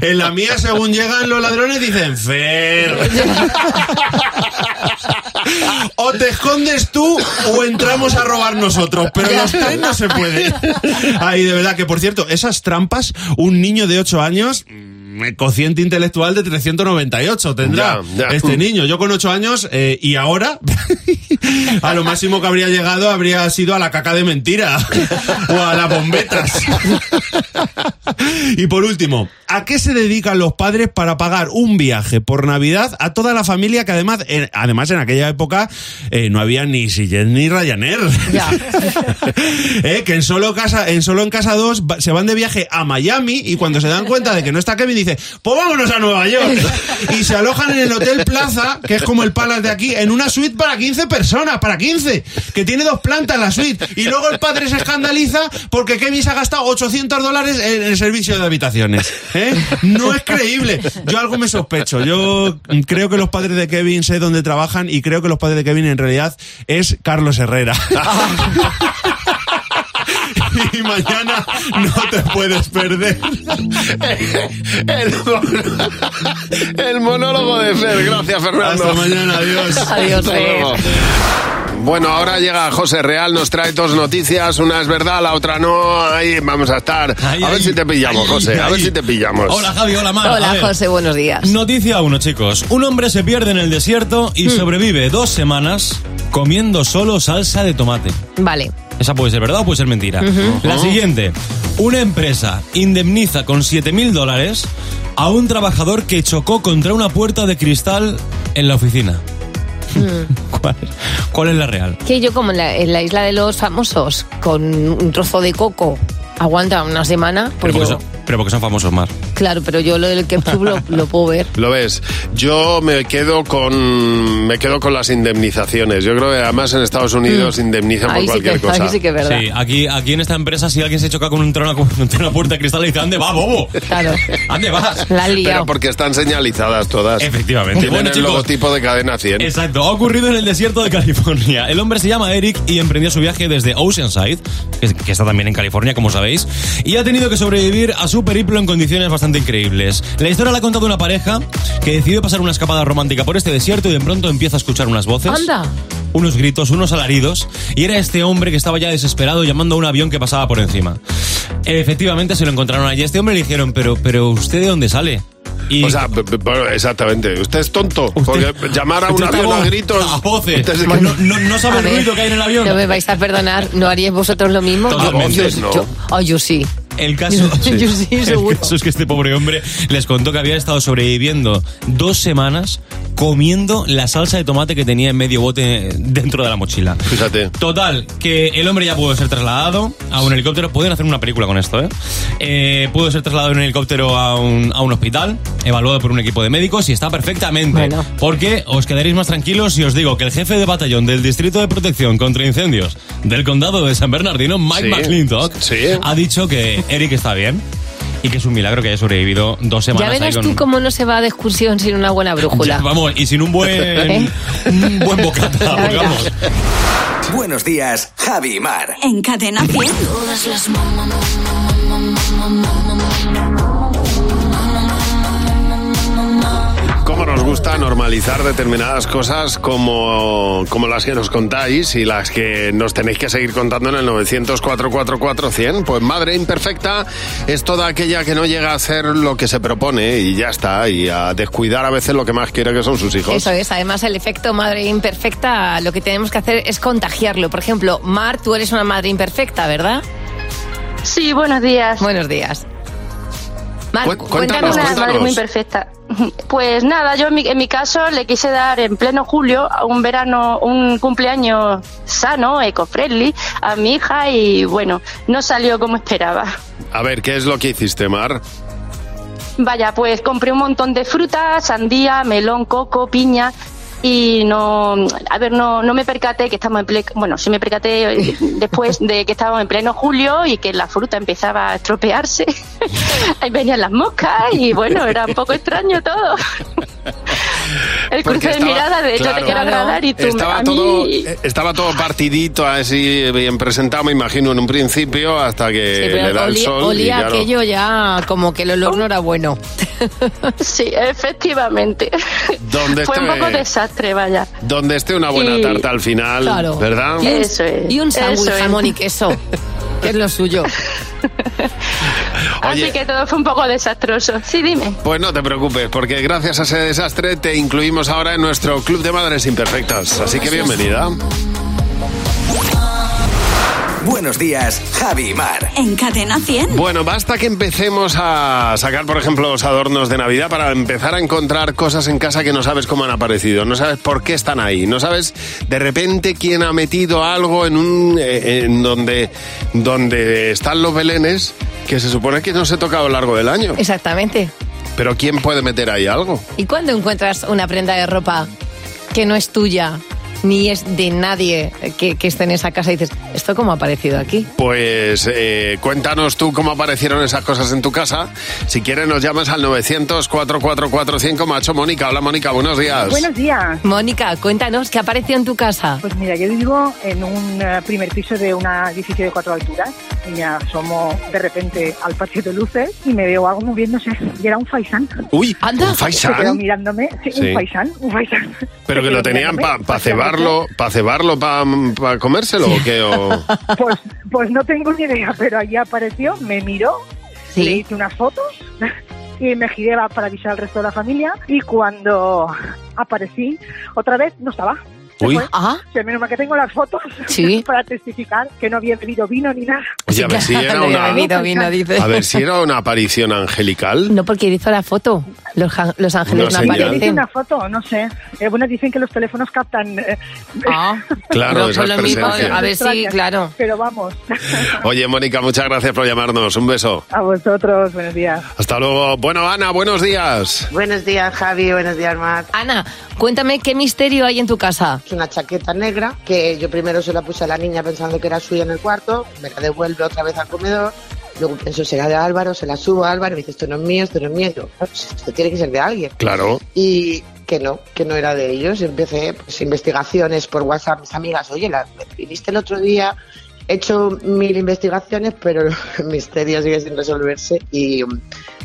Speaker 18: En la mía, según llegan los ladrones, dicen, Fer. O te escondes tú o entramos a robar nosotros. Pero los tres no se puede. Ay, de verdad que, por cierto, esas trampas, un niño de 8 años mm, cociente intelectual de 398 tendrá
Speaker 3: Ya, ya.
Speaker 18: este niño. Yo con 8 años eh, y ahora a lo máximo que habría llegado habría sido a la caca de mentira o a las bombetas. Y por último, ¿a qué se dedican los padres para pagar un viaje por Navidad a toda la familia que además, en, además en aquella época eh, no había ni Sillet ni Ryanair? Eh, Que en solo, casa, en solo en casa 2 se van de viaje a Miami y cuando se dan cuenta de que no está Kevin dice, pues vámonos a Nueva York. Y se alojan en el Hotel Plaza, que es como el Palace de aquí, en una suite para 15 personas, para 15, que tiene dos plantas la suite. Y luego el padre se escandaliza porque Kevin se ha gastado 800 dólares en el servicio de habitaciones. ¿eh? No es creíble. Yo algo me sospecho. Yo creo que los padres de Kevin sé dónde trabajan y creo que los padres de Kevin en realidad es Carlos Herrera. Y mañana no te puedes perder.
Speaker 3: El, mono- el monólogo de Fer. Gracias, Fernando.
Speaker 18: Hasta mañana, adiós.
Speaker 3: Adiós, Bueno, ahora llega José Real, nos trae dos noticias. Una es verdad, la otra no. Ahí vamos a estar. a ver
Speaker 5: ahí,
Speaker 3: si te pillamos,
Speaker 5: ahí,
Speaker 3: José. A
Speaker 5: ahí.
Speaker 3: ver si te pillamos.
Speaker 5: Hola, Javi, hola, Mar. A
Speaker 4: Hola,
Speaker 5: ver.
Speaker 4: José, buenos días.
Speaker 5: Noticia 1, chicos. Un hombre se pierde en el desierto y sobrevive dos semanas comiendo solo salsa de tomate.
Speaker 4: Vale.
Speaker 5: Esa puede ser verdad o puede ser mentira.
Speaker 4: Ujú.
Speaker 5: La
Speaker 4: Ujú.
Speaker 5: siguiente. Una empresa indemniza con 7.000 dólares a un trabajador que chocó contra una puerta de cristal en la oficina. ¿Cuál, cuál es la real?
Speaker 4: Que yo como en la, en la isla de los famosos, con un trozo de coco, aguanta una semana.
Speaker 5: Pero
Speaker 4: Pues
Speaker 5: porque,
Speaker 4: yo-
Speaker 5: son, pero porque son famosos, Mar.
Speaker 4: claro, pero yo lo del ketchup lo, lo puedo ver.
Speaker 3: Lo ves. Yo me quedo con me quedo con las indemnizaciones. Yo creo que además en Estados Unidos indemnizan por cualquier cosa.
Speaker 5: Sí, aquí, aquí en esta empresa, si alguien se choca con un trono- contra una puerta de cristal, le dice: ¿Dónde va, bobo?
Speaker 4: Claro.
Speaker 5: ¿Dónde vas?
Speaker 3: Pero porque están señalizadas todas.
Speaker 5: Efectivamente.
Speaker 3: Tienen
Speaker 5: Bueno,
Speaker 3: el
Speaker 5: chicos.
Speaker 3: logotipo de cadena 100.
Speaker 5: Exacto, ha ocurrido en el desierto de California. El hombre se llama Eric y emprendió su viaje desde Oceanside, que, que está también en California, como sabéis, y ha tenido que sobrevivir a su periplo en condiciones bastante increíbles. La historia la ha contado una pareja que decidió pasar una escapada romántica por este desierto y de pronto empieza a escuchar unas voces.
Speaker 4: Anda.
Speaker 5: Unos gritos, unos alaridos, y era este hombre que estaba ya desesperado llamando a un avión que pasaba por encima. Efectivamente se lo encontraron allí. A Este hombre le dijeron, pero, pero ¿usted de dónde sale? Y
Speaker 3: O sea, b- b- bueno, exactamente. Usted es tonto. porque llamar a un
Speaker 5: Usted está
Speaker 3: avión a
Speaker 5: bo-
Speaker 3: gritos.
Speaker 5: a voces.
Speaker 3: Usted es-
Speaker 5: No, no, no sabe
Speaker 4: A
Speaker 5: el
Speaker 4: ver,
Speaker 5: ruido que hay en el avión.
Speaker 4: No me vais a perdonar, ¿no haríais vosotros lo mismo?
Speaker 5: Totalmente.
Speaker 4: Yo-
Speaker 5: Voces, no.
Speaker 4: yo- oh, yo sí.
Speaker 5: El caso,
Speaker 4: Sí. Yo sí,
Speaker 5: el
Speaker 4: seguro.
Speaker 5: caso es que este pobre hombre les contó que había estado sobreviviendo dos semanas comiendo la salsa de tomate que tenía en medio bote dentro de la mochila.
Speaker 3: Fíjate.
Speaker 5: Total, que el hombre ya pudo ser trasladado a un helicóptero. Pueden hacer una película con esto, ¿eh? Eh, pudo ser trasladado en un helicóptero a un, a un hospital, evaluado por un equipo de médicos y está perfectamente. Porque os quedaréis más tranquilos si os digo que el jefe de batallón del Distrito de Protección contra Incendios del Condado de San Bernardino, Mike
Speaker 3: Sí.
Speaker 5: McClintock, ha dicho que Eric está bien y que es un milagro que haya sobrevivido dos
Speaker 4: Ya
Speaker 5: semanas ahí
Speaker 4: verás
Speaker 5: con-
Speaker 4: tú cómo no se va de excursión sin una buena brújula.
Speaker 5: Vamos, y sin un buen,
Speaker 4: ¿Eh?
Speaker 5: un buen bocata,
Speaker 4: Ya verás.
Speaker 5: vamos.
Speaker 2: Buenos días, Javi y Mar.
Speaker 1: En Cadena 100.
Speaker 3: ¿Cómo nos gusta normalizar determinadas cosas como, como las que nos contáis y las que nos tenéis que seguir contando en el 900 444 100. Pues madre imperfecta es toda aquella que no llega a hacer lo que se propone y ya está, y a descuidar a veces lo que más quiere que son sus hijos.
Speaker 4: Eso es, además el efecto madre imperfecta lo que tenemos que hacer es contagiarlo. Por ejemplo, Mar, tú eres una madre imperfecta, ¿verdad?
Speaker 11: Sí, buenos días.
Speaker 4: Buenos días. Mar,
Speaker 11: Cu-
Speaker 4: cuéntanos,
Speaker 11: una
Speaker 4: cuéntanos.
Speaker 11: madre muy imperfecta. Pues nada, yo en mi, en mi caso le quise dar en pleno julio a un verano, un cumpleaños sano, eco-friendly, a mi hija y bueno, no salió como esperaba.
Speaker 3: A ver, ¿qué es lo que hiciste, Mar?
Speaker 11: Vaya, pues compré un montón de frutas, sandía, melón, coco, piña y no, a ver, no, no me percaté que estamos en ple- bueno, sí me percaté eh, después de que estábamos en pleno julio y que la fruta empezaba a estropearse, ahí venían las moscas y bueno, era un poco extraño todo. El
Speaker 3: Porque
Speaker 11: cruce de
Speaker 3: estaba-
Speaker 11: mirada de yo te
Speaker 3: claro.
Speaker 11: quiero agradar y tú me-
Speaker 3: estaba
Speaker 11: a
Speaker 3: todo,
Speaker 11: mí
Speaker 3: eh, Estaba todo partidito, así bien presentado, me imagino, en un principio, hasta que
Speaker 4: Sí, pero
Speaker 3: Eh, le da el
Speaker 4: olía-
Speaker 3: sol. y
Speaker 4: olía
Speaker 3: claro.
Speaker 4: aquello ya como que el olor no era bueno.
Speaker 11: Sí, efectivamente.
Speaker 3: Donde
Speaker 11: Fue un
Speaker 3: esté-
Speaker 11: poco desastre, vaya.
Speaker 3: Donde esté una buena
Speaker 11: Y-
Speaker 3: tarta al final,
Speaker 11: Claro.
Speaker 3: ¿verdad?
Speaker 11: Y un- Eso es.
Speaker 4: Y un sándwich
Speaker 11: Eso es.
Speaker 4: jamón y queso, que es lo suyo.
Speaker 3: Oye.
Speaker 11: Así que todo fue un poco desastroso. Sí, dime.
Speaker 3: Pues no te preocupes, porque gracias a ese desastre te incluimos ahora en nuestro Club de Madres Imperfectas. Así que bienvenida.
Speaker 33: Buenos días, Javi y Mar.
Speaker 1: En Cadena 100.
Speaker 3: Bueno, basta que empecemos a sacar, por ejemplo, los adornos de Navidad para empezar a encontrar cosas en casa que no sabes cómo han aparecido, no sabes por qué están ahí, no sabes de repente quién ha metido algo en un eh, en donde donde están los belenes que se supone que no se toca a lo largo del año.
Speaker 4: Exactamente.
Speaker 3: Pero quién puede meter ahí algo?
Speaker 4: ¿Y cuándo encuentras una prenda de ropa que no es tuya, ni es de nadie que, que esté en esa casa y dices, ¿esto cómo ha aparecido aquí?
Speaker 3: Pues eh, cuéntanos tú cómo aparecieron esas cosas en tu casa. Si quieres nos llamas al 900 444 macho Mónica. Hola Mónica, buenos días.
Speaker 10: Buenos días.
Speaker 4: Mónica, cuéntanos, ¿qué apareció en tu casa?
Speaker 10: Pues mira, yo vivo en un eh, primer piso de un edificio de cuatro alturas y me asomo de repente al patio de luces y me veo algo moviéndose y era un faisán.
Speaker 3: Uy, ¿un faisán?
Speaker 10: Se quedó mirándome, sí,
Speaker 3: Sí.
Speaker 10: un faisán, un faisán.
Speaker 3: Pero que lo tenían para cebarlo, para cebarlo, para comérselo o qué. O-
Speaker 10: Pues, pues no tengo ni idea, pero allí apareció, me miró, le hice unas fotos y me giré para avisar al resto de la familia y cuando aparecí otra vez no estaba. Se
Speaker 3: Uy.
Speaker 10: fue. Sí, menos mal que tengo las fotos
Speaker 3: Sí.
Speaker 10: para testificar que no había bebido vino ni nada.
Speaker 3: Oye, a ver si era
Speaker 4: Había
Speaker 3: una.
Speaker 4: bebido vino, dice.
Speaker 3: A ver si era una aparición angelical.
Speaker 4: No, porque hizo la foto. Los, ja- los ángeles
Speaker 3: Una
Speaker 4: no,
Speaker 3: señal.
Speaker 4: aparecen.
Speaker 10: Una foto, no sé. Eh, bueno, dicen que los teléfonos captan. eh,
Speaker 3: Claro,
Speaker 4: Ah. No,
Speaker 3: esas
Speaker 4: por lo mismo,
Speaker 3: presencias.
Speaker 4: a ver si,
Speaker 10: extrañas,
Speaker 4: claro.
Speaker 10: Pero vamos,
Speaker 3: Oye, Mónica, muchas gracias por llamarnos. Un beso.
Speaker 10: a vosotros, buenos días.
Speaker 3: Hasta luego. Bueno, Ana, buenos días.
Speaker 13: Buenos días, Javi. Buenos días, Mar.
Speaker 4: Ana, cuéntame qué misterio hay en tu casa.
Speaker 13: Es una chaqueta negra que yo primero se la puse a la niña pensando que era suya en el cuarto. Me la devuelve otra vez al comedor. Luego pienso, será de Álvaro, se la subo a Álvaro. y Me dice, esto no es mío, esto no es mío. Yo, "Ah, pues esto tiene que ser de alguien.
Speaker 3: Claro.
Speaker 13: Y que no, que no era de ellos. Empecé pues, investigaciones por WhatsApp. Mis amigas, oye, la me escribiste el otro día. He hecho mil investigaciones, pero el misterio sigue sin resolverse. Y um,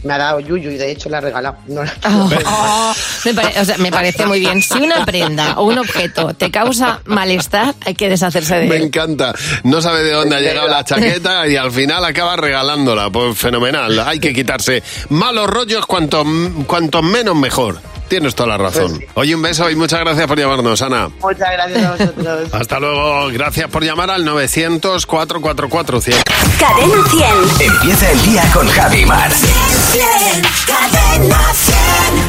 Speaker 13: me ha dado Yuyu y de hecho la he regalado. No la-
Speaker 4: Ah, Me, pare- o sea, me parece muy bien. Si una prenda o un objeto te causa malestar, hay que deshacerse de
Speaker 3: Me
Speaker 4: él.
Speaker 3: encanta. No sabe de dónde ha llegado la chaqueta y al final acaba regalándola. Pues fenomenal. Hay que quitarse malos rollos cuanto, cuanto menos mejor. Tienes toda la
Speaker 4: Pues
Speaker 3: razón. Oye, un beso y muchas gracias por llamarnos, Ana.
Speaker 13: Muchas gracias a vosotros.
Speaker 3: Hasta luego. Gracias por llamar al 900 444 100.
Speaker 1: Cadena 100.
Speaker 33: Empieza el día con Javi y Mar.
Speaker 1: Cadena 100.